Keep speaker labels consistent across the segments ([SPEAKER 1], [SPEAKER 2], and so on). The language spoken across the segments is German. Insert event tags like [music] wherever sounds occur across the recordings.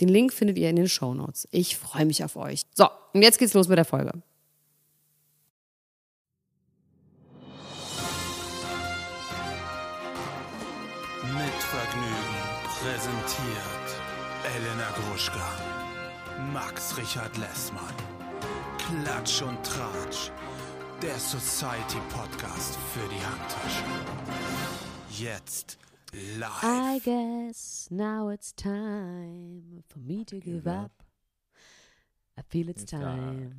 [SPEAKER 1] Den Link findet ihr in den Shownotes. Ich freue mich auf euch. So, und jetzt geht's los mit der Folge.
[SPEAKER 2] Mit Vergnügen präsentiert Elena Gruschka, Max Richard Lessmann, Klatsch und Tratsch, der Society Podcast für die Handtasche. Jetzt live.
[SPEAKER 1] I guess now it's time for me to give up. I feel it's time.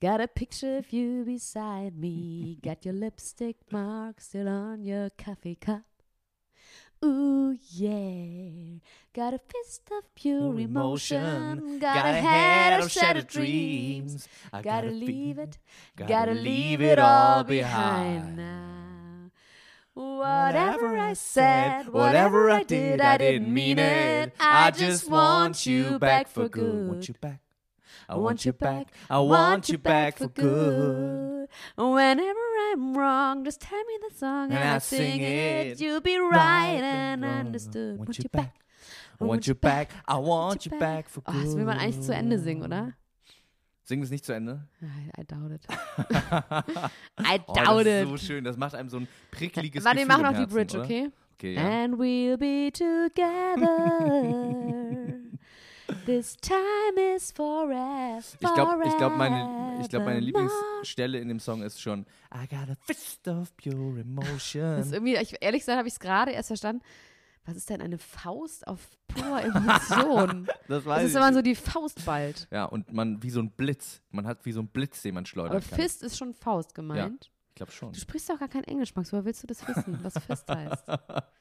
[SPEAKER 1] Got a picture of you beside me. Got your lipstick mark still on your coffee cup. Ooh, yeah. Got a fist of pure emotion. Got, a head of shattered dreams.
[SPEAKER 3] I
[SPEAKER 1] Gotta leave it. Gotta leave it all behind now. Whatever I said, whatever I did, I didn't mean it. I just want you back for good.
[SPEAKER 3] Want you back. I want you back. I want you back for good.
[SPEAKER 1] Whenever I'm wrong, just tell me the song and, I sing it. You'll be right and understood. Want you back.
[SPEAKER 3] I want you back. I want you back for
[SPEAKER 1] Oh, das will
[SPEAKER 3] good.
[SPEAKER 1] man eigentlich zu Ende singen, oder?
[SPEAKER 3] Singen wir es nicht zu Ende?
[SPEAKER 1] I, I doubt
[SPEAKER 3] [laughs]
[SPEAKER 1] it. I
[SPEAKER 3] Oh,
[SPEAKER 1] doubt
[SPEAKER 3] das ist so
[SPEAKER 1] it.
[SPEAKER 3] schön. Das macht einem so ein prickliges
[SPEAKER 1] Warte, wir
[SPEAKER 3] Gefühl
[SPEAKER 1] machen
[SPEAKER 3] im
[SPEAKER 1] noch die
[SPEAKER 3] Herzen,
[SPEAKER 1] Bridge,
[SPEAKER 3] oder?
[SPEAKER 1] okay?
[SPEAKER 3] Okay, ja.
[SPEAKER 1] And we'll be
[SPEAKER 3] [laughs]
[SPEAKER 1] together. This time is forever.
[SPEAKER 3] Ich glaube, ich glaub meine, ich glaub meine Lieblingsstelle in dem Song ist schon I got a fist of pure
[SPEAKER 1] Das ist
[SPEAKER 3] emotion.
[SPEAKER 1] irgendwie, ich, ehrlich gesagt, habe ich es gerade erst verstanden. Was ist denn eine Faust auf
[SPEAKER 3] [laughs]
[SPEAKER 1] pure Emotion?
[SPEAKER 3] Das weiß
[SPEAKER 1] das ist
[SPEAKER 3] ich
[SPEAKER 1] immer
[SPEAKER 3] nicht.
[SPEAKER 1] so die Faust bald.
[SPEAKER 3] Ja, und man wie so ein Blitz. Man hat wie so ein Blitz, den man schleudern
[SPEAKER 1] Aber
[SPEAKER 3] kann.
[SPEAKER 1] Fist ist schon Faust gemeint.
[SPEAKER 3] Ich glaube schon.
[SPEAKER 1] Du sprichst doch gar kein Englisch, Max. Woher willst du das wissen, was Fist
[SPEAKER 3] [laughs]
[SPEAKER 1] heißt?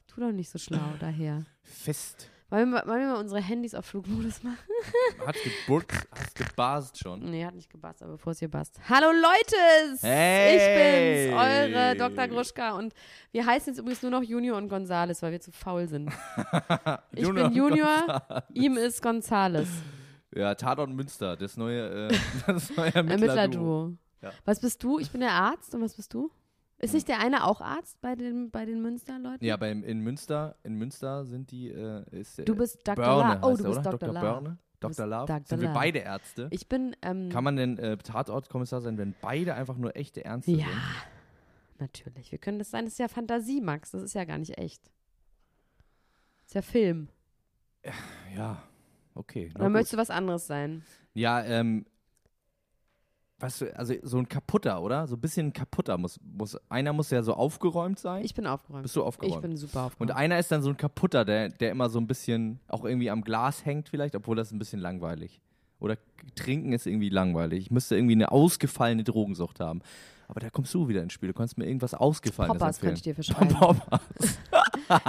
[SPEAKER 1] Tu doch nicht so schlau daher.
[SPEAKER 3] Fist.
[SPEAKER 1] Wollen wir, wollen wir mal unsere Handys auf Flugmodus machen?
[SPEAKER 3] Hat
[SPEAKER 1] [laughs]
[SPEAKER 3] geburkt, hast gebast schon.
[SPEAKER 1] Nee, hat nicht gebast, aber bevor es hier bast. Hallo Leute!
[SPEAKER 3] Hey!
[SPEAKER 1] Ich bin's, eure Dr. Gruschka. Und wir heißen jetzt übrigens nur noch Junior und Gonzales, weil wir zu faul
[SPEAKER 3] [laughs]
[SPEAKER 1] sind. Ich bin Junior, ihm ist Gonzales.
[SPEAKER 3] Ja, Tatort Münster, das neue, äh, [laughs] das neue Ermittlerduo.
[SPEAKER 1] Ermittlerduo.
[SPEAKER 3] Ja.
[SPEAKER 1] Was bist du? Ich bin der Arzt und was bist du? Ist nicht der eine auch Arzt bei den, bei den Münsterleuten?
[SPEAKER 3] Ja, beim, in Münster, in Münster sind die, äh, ist, äh,
[SPEAKER 1] Du bist Dr.
[SPEAKER 3] Börne
[SPEAKER 1] La. Oh,
[SPEAKER 3] heißt
[SPEAKER 1] du
[SPEAKER 3] er,
[SPEAKER 1] bist
[SPEAKER 3] oder?
[SPEAKER 1] Dr. La.
[SPEAKER 3] Börne?
[SPEAKER 1] Du bist
[SPEAKER 3] Dr. Love?
[SPEAKER 1] Dr.
[SPEAKER 3] Sind wir
[SPEAKER 1] La.
[SPEAKER 3] beide Ärzte?
[SPEAKER 1] Ich bin, ähm,
[SPEAKER 3] Kann man denn äh, Tatortkommissar sein, wenn beide einfach nur echte Ärzte
[SPEAKER 1] ja,
[SPEAKER 3] sind?
[SPEAKER 1] natürlich. Wir können das sein. Das ist ja Fantasie, Max. Das ist ja gar nicht echt. Das ist ja Film.
[SPEAKER 3] Ja. Okay. na
[SPEAKER 1] Oder
[SPEAKER 3] gut.
[SPEAKER 1] möchtest du was anderes sein?
[SPEAKER 3] Ja, ähm, was, für- also so ein kaputter, oder? So ein bisschen kaputter muss, muss, einer muss ja so aufgeräumt sein.
[SPEAKER 1] Ich bin aufgeräumt.
[SPEAKER 3] Bist du aufgeräumt?
[SPEAKER 1] Ich bin super
[SPEAKER 3] und
[SPEAKER 1] aufgeräumt.
[SPEAKER 3] einer ist dann so ein kaputter, der, der immer so ein bisschen auch irgendwie am Glas hängt vielleicht, obwohl das ist ein bisschen langweilig. Oder k- trinken ist irgendwie langweilig. Ich müsste irgendwie eine ausgefallene Drogensucht haben. Aber da kommst du wieder ins Spiel. Du kannst mir irgendwas ausgefallenes
[SPEAKER 1] Poppers
[SPEAKER 3] empfehlen.
[SPEAKER 1] könnte ich dir
[SPEAKER 3] [laughs]
[SPEAKER 1] verschreiben.
[SPEAKER 3] Popper-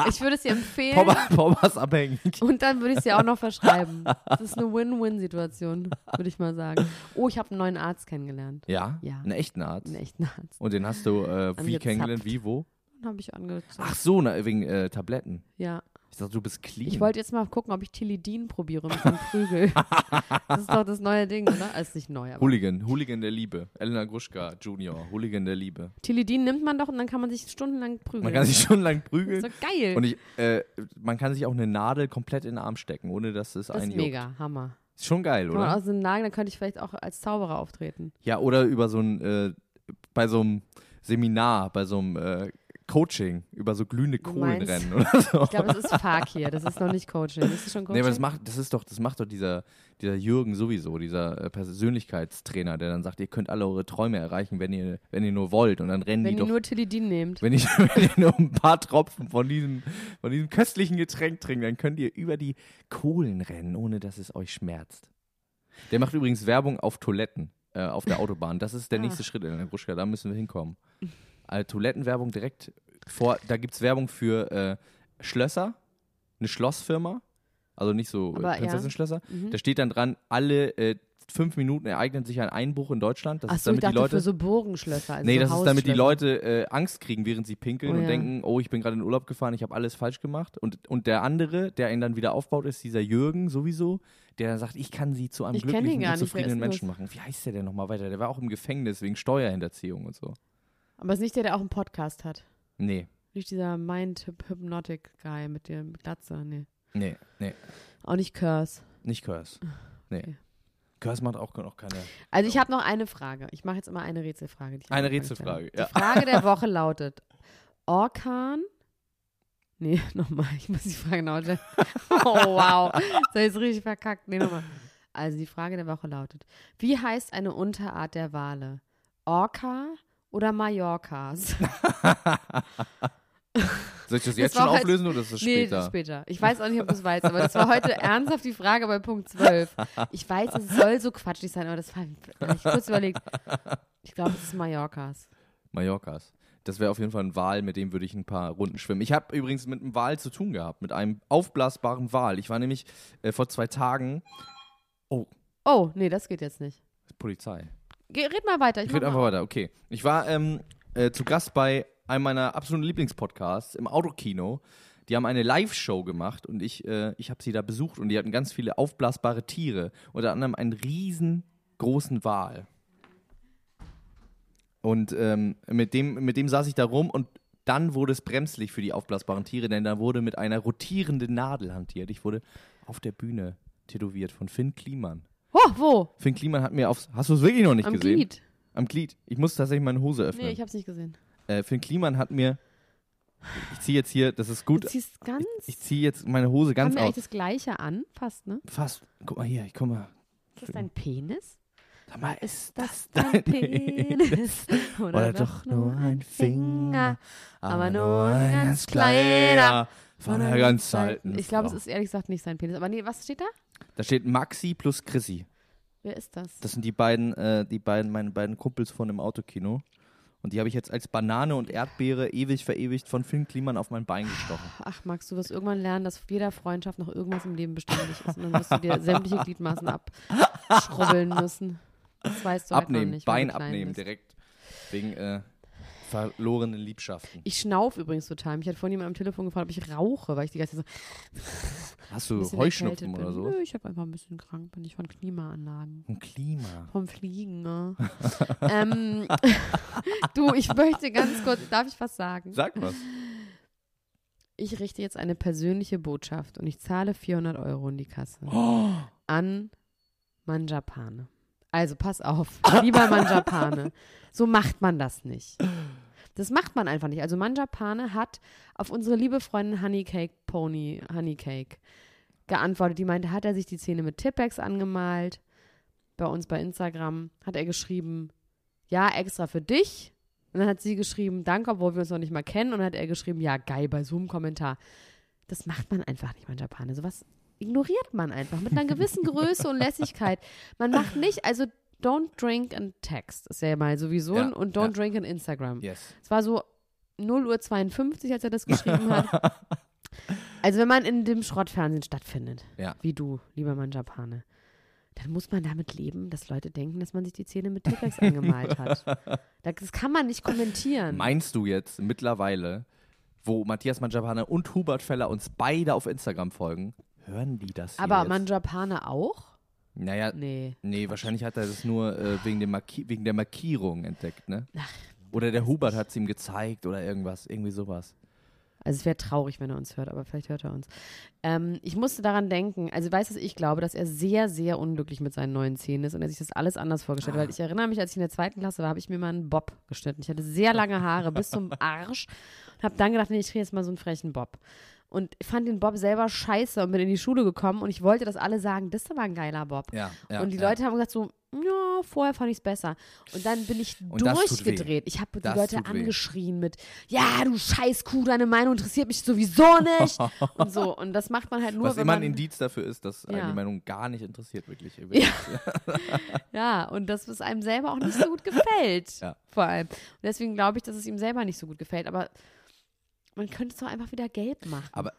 [SPEAKER 1] ich würde es dir empfehlen.
[SPEAKER 3] Popper-
[SPEAKER 1] [laughs]
[SPEAKER 3] Poppers abhängig.
[SPEAKER 1] Und dann würde ich es dir auch noch
[SPEAKER 3] [laughs]
[SPEAKER 1] verschreiben. Das ist eine Win-Win-Situation, würde ich mal sagen. Oh, ich habe einen neuen Arzt kennengelernt.
[SPEAKER 3] Ja?
[SPEAKER 1] Ja.
[SPEAKER 3] Einen echten Arzt.
[SPEAKER 1] Einen echten Arzt.
[SPEAKER 3] Und den hast du äh, wie
[SPEAKER 1] Angezapft.
[SPEAKER 3] kennengelernt? Wie, wo?
[SPEAKER 1] Den habe ich angezogen.
[SPEAKER 3] Ach so, na, wegen äh, Tabletten.
[SPEAKER 1] Ja.
[SPEAKER 3] Ich dachte, du bist clean.
[SPEAKER 1] Ich wollte jetzt mal gucken, ob ich Tilidin probiere mit dem
[SPEAKER 3] [laughs]
[SPEAKER 1] Prügel. das ist doch das neue Ding, oder? Also ist nicht neu, aber.
[SPEAKER 3] Hooligan, Hooligan der Liebe. Elena Gruschka Junior, Hooligan der Liebe.
[SPEAKER 1] Tilidin nimmt man doch und dann kann man sich stundenlang prügeln.
[SPEAKER 3] Man kann sich stundenlang
[SPEAKER 1] das ist
[SPEAKER 3] prügeln.
[SPEAKER 1] doch geil.
[SPEAKER 3] Und ich, äh, man kann sich auch eine Nadel komplett in den Arm stecken, ohne dass es
[SPEAKER 1] das ist
[SPEAKER 3] einjuckt.
[SPEAKER 1] mega, Hammer.
[SPEAKER 3] Ist schon geil,
[SPEAKER 1] Kann man
[SPEAKER 3] oder?
[SPEAKER 1] aus dem Nagel, dann könnte ich vielleicht auch als Zauberer auftreten.
[SPEAKER 3] Ja, oder über so ein, äh, bei so einem Seminar, bei so einem äh, Coaching, über so glühende Kohlen
[SPEAKER 1] meinst-
[SPEAKER 3] rennen oder so.
[SPEAKER 1] Ich glaube, es ist Fakir, das ist noch nicht Coaching. Ist das schon Coaching?
[SPEAKER 3] Nee, aber das macht, das ist doch, das macht doch dieser, dieser Jürgen sowieso, dieser äh, Persönlichkeitstrainer, der dann sagt, ihr könnt alle eure Träume erreichen, wenn ihr, wenn ihr nur wollt. Und dann rennen
[SPEAKER 1] Wenn
[SPEAKER 3] die
[SPEAKER 1] ihr
[SPEAKER 3] doch.
[SPEAKER 1] nur Tilidin nehmt.
[SPEAKER 3] wenn ich, [laughs] wenn ihr nur ein paar Tropfen von diesem, von diesem köstlichen Getränk trinkt, dann könnt ihr über die Kohlen rennen, ohne dass es euch schmerzt. Der macht übrigens Werbung auf Toiletten. äh, auf der Autobahn. Das
[SPEAKER 1] Ah.
[SPEAKER 3] ist der nächste Schritt in der Gruschka, da müssen wir hinkommen. Also, Toilettenwerbung direkt vor, da gibt es Werbung für äh, Schlösser, eine Schlossfirma, also nicht so äh,
[SPEAKER 1] Aber ja.
[SPEAKER 3] Prinzessenschlösser.
[SPEAKER 1] Mhm.
[SPEAKER 3] Da steht dann dran, alle äh, fünf Minuten ereignet sich ein Einbruch in Deutschland. Das
[SPEAKER 1] Ach
[SPEAKER 3] ist
[SPEAKER 1] so, ich
[SPEAKER 3] damit
[SPEAKER 1] dachte
[SPEAKER 3] die Leute.
[SPEAKER 1] für so Bogenschlösser. Also
[SPEAKER 3] Nee,
[SPEAKER 1] so
[SPEAKER 3] das ist damit die
[SPEAKER 1] Hausschlösser.
[SPEAKER 3] Leute äh, Angst kriegen, während sie pinkeln
[SPEAKER 1] Oh
[SPEAKER 3] und
[SPEAKER 1] ja.
[SPEAKER 3] denken, oh, ich bin gerade in Urlaub gefahren, ich habe alles falsch gemacht. Und, und der andere, der ihn dann wieder aufbaut, ist dieser Jürgen sowieso, der dann sagt, ich kann sie zu einem
[SPEAKER 1] Ich kenn ihn
[SPEAKER 3] glücklichen
[SPEAKER 1] gar nicht,
[SPEAKER 3] und
[SPEAKER 1] wer
[SPEAKER 3] zufriedenen
[SPEAKER 1] ist denn das?
[SPEAKER 3] Menschen machen. Wie heißt der denn nochmal weiter? Der war auch im Gefängnis wegen Steuerhinterziehung und so.
[SPEAKER 1] Aber es ist nicht der, der auch einen Podcast hat.
[SPEAKER 3] Nee,
[SPEAKER 1] Nicht dieser Mind-Hypnotic-Guy mit dem Glatze, nee.
[SPEAKER 3] nee, nee.
[SPEAKER 1] Auch nicht Curse.
[SPEAKER 3] Nicht Curse. Nee.
[SPEAKER 1] Ah, okay.
[SPEAKER 3] Curse macht auch
[SPEAKER 1] [laughs]
[SPEAKER 3] noch keine.
[SPEAKER 1] Also ich habe noch eine Frage. Ich mache jetzt immer eine Rätselfrage. die ich
[SPEAKER 3] Eine
[SPEAKER 1] am Anfang stelle.
[SPEAKER 3] Rätselfrage, ja.
[SPEAKER 1] Die Frage der
[SPEAKER 3] [laughs]
[SPEAKER 1] Woche lautet, Orkan? Nee, [laughs] nochmal, ich muss die Frage noch
[SPEAKER 3] [laughs]
[SPEAKER 1] stellen. Oh, wow. Das habe ich jetzt richtig verkackt. Nee, nochmal. Also die Frage der Woche lautet, wie heißt eine Unterart der Wale? Orca oder Mallorcas?
[SPEAKER 3] Soll ich das jetzt
[SPEAKER 1] war
[SPEAKER 3] schon
[SPEAKER 1] halt-
[SPEAKER 3] auflösen oder ist das
[SPEAKER 1] Nee,
[SPEAKER 3] später?
[SPEAKER 1] das ist später. Ich weiß auch nicht, ob du es weißt, aber das war
[SPEAKER 3] [laughs]
[SPEAKER 1] heute ernsthaft die Frage bei Punkt 12. Ich weiß, es soll so quatschig sein, aber das war, hab ich kurz überlegt. Ich glaube, es ist Mallorcas.
[SPEAKER 3] Mallorcas. Das wäre auf jeden Fall ein Wal, mit dem würde ich ein paar Runden schwimmen. Ich habe übrigens mit einem Wal zu tun gehabt, mit einem aufblasbaren Wal. Ich war nämlich äh, vor zwei Tagen. Oh,
[SPEAKER 1] Oh, nee, das geht jetzt nicht.
[SPEAKER 3] Polizei.
[SPEAKER 1] Geh, red mal weiter. Ich
[SPEAKER 3] Ich rede
[SPEAKER 1] mach
[SPEAKER 3] einfach
[SPEAKER 1] mal.
[SPEAKER 3] weiter, okay. Ich war ähm, äh, zu Gast bei einem meiner absoluten Lieblingspodcasts im Autokino. Die haben eine Live-Show gemacht und ich, äh, ich habe sie da besucht und die hatten ganz viele aufblasbare Tiere. Unter anderem einen riesengroßen Wal. Und ähm, mit, dem, mit dem saß ich da rum und dann wurde es bremslich für die aufblasbaren Tiere, denn da wurde mit einer rotierenden Nadel hantiert. Ich wurde auf der Bühne tätowiert von Finn Kliman.
[SPEAKER 1] Oh, wo?
[SPEAKER 3] Finn Kliman hat mir aufs. Hast du es wirklich noch nicht
[SPEAKER 1] Am
[SPEAKER 3] gesehen?
[SPEAKER 1] Glied.
[SPEAKER 3] Am Glied. Ich muss tatsächlich meine Hose öffnen.
[SPEAKER 1] Nee, ich hab's nicht gesehen.
[SPEAKER 3] äh, Finn Kliman hat mir. Ich ziehe jetzt hier, das ist
[SPEAKER 1] Du
[SPEAKER 3] gut.
[SPEAKER 1] ziehst ganz,
[SPEAKER 3] Ich, ich ziehe jetzt meine Hose
[SPEAKER 1] haben
[SPEAKER 3] ganz
[SPEAKER 1] wir eigentlich
[SPEAKER 3] aus.
[SPEAKER 1] das Gleiche an, fast, ne?
[SPEAKER 3] Fast. Guck mal hier, ich guck mal.
[SPEAKER 1] Ist das dein Penis?
[SPEAKER 3] Sag mal, ist
[SPEAKER 1] Das [laughs] dein
[SPEAKER 3] [laughs]
[SPEAKER 1] Penis? [laughs]
[SPEAKER 3] Oder doch nur ein Finger, aber nur ein ganz kleiner. Von einer ganz alten.
[SPEAKER 1] Ich glaube, es
[SPEAKER 3] Frau.
[SPEAKER 1] ist ehrlich gesagt nicht sein Penis. Aber nee, was steht da?
[SPEAKER 3] Da steht Maxi plus Chrissy.
[SPEAKER 1] Wer ist das?
[SPEAKER 3] Das sind die beiden, äh, die beiden, meine beiden Kumpels von dem Autokino. Und die habe ich jetzt als Banane und Erdbeere ewig verewigt von Finn Kliman auf mein Bein gestochen.
[SPEAKER 1] Ach, Max, du wirst irgendwann lernen, dass jeder Freundschaft noch irgendwas im Leben beständig ist. Und dann wirst du dir sämtliche Gliedmaßen abschrubbeln müssen. Das weißt du halt noch
[SPEAKER 3] abnehmen,
[SPEAKER 1] nicht. weil
[SPEAKER 3] Bein
[SPEAKER 1] du klein
[SPEAKER 3] abnehmen
[SPEAKER 1] bist.
[SPEAKER 3] direkt. Wegen äh, verlorenen Liebschaften.
[SPEAKER 1] Ich schnaufe übrigens total. Mich hat vorhin jemand am Telefon gefragt, ob ich rauche, weil ich die ganze Zeit so
[SPEAKER 3] Hast
[SPEAKER 1] ein
[SPEAKER 3] du
[SPEAKER 1] bisschen
[SPEAKER 3] Heuschnupfen
[SPEAKER 1] erkältet
[SPEAKER 3] oder
[SPEAKER 1] bin.
[SPEAKER 3] so?
[SPEAKER 1] Nö, ich habe einfach ein bisschen krank, bin ich von Klimaanlagen.
[SPEAKER 3] Ein Klima.
[SPEAKER 1] Vom Fliegen, ne? [laughs] ähm, [laughs] du, ich möchte ganz kurz, darf ich was sagen?
[SPEAKER 3] Sag was.
[SPEAKER 1] Ich richte jetzt eine persönliche Botschaft und ich zahle 400 Euro in die Kasse
[SPEAKER 3] Oh.
[SPEAKER 1] an Manjapane. Also pass auf, lieber
[SPEAKER 3] [laughs]
[SPEAKER 1] Manjapane, so macht man das nicht. Das macht man einfach nicht. Also Manjapane hat auf unsere liebe Freundin Honeycake Pony Honeycake geantwortet. Die meinte, hat er sich die Zähne mit Tippex angemalt? Bei uns bei Instagram hat er geschrieben, ja, extra für dich. Und dann hat sie geschrieben, danke, obwohl wir uns noch nicht mal kennen. Und dann hat er geschrieben, ja, geil, bei Zoom-Kommentar. Das macht man einfach nicht, mein Japaner. Sowas ignoriert man einfach mit einer gewissen Größe und Lässigkeit. Man macht nicht, also don't drink and text ist ja mal sowieso
[SPEAKER 3] Ja,
[SPEAKER 1] ein- und don't
[SPEAKER 3] ja.
[SPEAKER 1] drink and Instagram.
[SPEAKER 3] Yes.
[SPEAKER 1] Es war so 0 Uhr 52, als er das geschrieben hat.
[SPEAKER 3] [laughs]
[SPEAKER 1] Also wenn man in dem Schrottfernsehen stattfindet,
[SPEAKER 3] Ja.
[SPEAKER 1] wie du, lieber Mann Japaner, dann muss man damit leben, dass Leute denken, dass man sich die Zähne mit Tippex angemalt
[SPEAKER 3] [laughs]
[SPEAKER 1] hat. Da- Das kann man nicht kommentieren.
[SPEAKER 3] Meinst du jetzt mittlerweile, wo Matthias Manjapane und Hubert Feller uns beide auf Instagram folgen, hören die das hier
[SPEAKER 1] Aber
[SPEAKER 3] jetzt?
[SPEAKER 1] Mann Japaner auch?
[SPEAKER 3] Naja,
[SPEAKER 1] Nee.
[SPEAKER 3] nee, wahrscheinlich hat er das nur äh, wegen, dem Marki wegen der Markierung entdeckt, ne? Oder der Hubert hat es ihm gezeigt oder irgendwas, irgendwie sowas.
[SPEAKER 1] Also es wäre traurig, wenn er uns hört, aber vielleicht hört er uns. Ähm, ich musste daran denken, also weißt du, was ich glaube, dass er sehr, sehr unglücklich mit seinen neuen Zähnen ist und er sich das alles anders vorgestellt hat. Weil ich erinnere mich, als ich in der zweiten Klasse war, habe ich mir mal einen Bob geschnitten. Ich hatte sehr lange Haare bis zum Arsch und habe dann gedacht, nee, ich kriege jetzt mal so einen frechen Bob. Und ich fand den Bob selber scheiße und bin in die Schule gekommen und ich wollte, dass alle sagen, das ist aber ein geiler Bob.
[SPEAKER 3] Ja, ja,
[SPEAKER 1] und die
[SPEAKER 3] ja.
[SPEAKER 1] Leute haben gesagt so, ja, genau vorher fand ich es besser. Und dann bin ich
[SPEAKER 3] Und das tut weh.
[SPEAKER 1] durchgedreht. Ich habe die
[SPEAKER 3] Das
[SPEAKER 1] Leute
[SPEAKER 3] tut weh.
[SPEAKER 1] angeschrien mit, ja, du scheiß Kuh, deine Meinung interessiert mich sowieso
[SPEAKER 3] [laughs]
[SPEAKER 1] nicht. und so. Und das macht man halt nur,
[SPEAKER 3] Was
[SPEAKER 1] wenn
[SPEAKER 3] immer
[SPEAKER 1] man.
[SPEAKER 3] ein Indiz dafür ist, dass
[SPEAKER 1] Ja.
[SPEAKER 3] eine Meinung gar nicht interessiert, wirklich.
[SPEAKER 1] Ja, und dass es einem selber auch nicht so gut gefällt.
[SPEAKER 3] [laughs] Ja.
[SPEAKER 1] Vor allem. Und deswegen glaube ich, dass es ihm selber nicht so gut gefällt. Aber man könnte es doch einfach wieder gelb machen.
[SPEAKER 3] Aber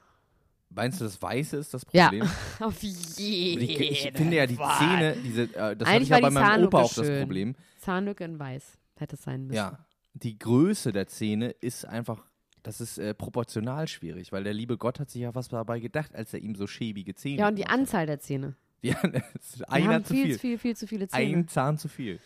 [SPEAKER 3] Meinst du, das Weiße ist das
[SPEAKER 1] ja,
[SPEAKER 3] Problem?
[SPEAKER 1] [laughs] auf jeden [laughs]
[SPEAKER 3] Ich, ich finde ja die Zähne, diese, äh, das hatte
[SPEAKER 1] Eigentlich
[SPEAKER 3] ich ja
[SPEAKER 1] war
[SPEAKER 3] bei
[SPEAKER 1] die
[SPEAKER 3] meinem
[SPEAKER 1] Zahnlücke
[SPEAKER 3] Opa auch das
[SPEAKER 1] schön.
[SPEAKER 3] Problem.
[SPEAKER 1] Zahnlücke in weiß hätte es sein müssen.
[SPEAKER 3] Ja, die Größe der Zähne ist einfach, das ist äh, proportional schwierig, weil der liebe Gott hat sich ja was dabei gedacht, als er ihm so schäbige Zähne.
[SPEAKER 1] Ja, und die
[SPEAKER 3] gemacht
[SPEAKER 1] Anzahl der Zähne.
[SPEAKER 3] hat. [laughs] Ja, das ist
[SPEAKER 1] Wir
[SPEAKER 3] einer
[SPEAKER 1] haben
[SPEAKER 3] zu
[SPEAKER 1] viel,
[SPEAKER 3] viel.
[SPEAKER 1] viel, viel zu viele Zähne.
[SPEAKER 3] Ein Zahn zu viel.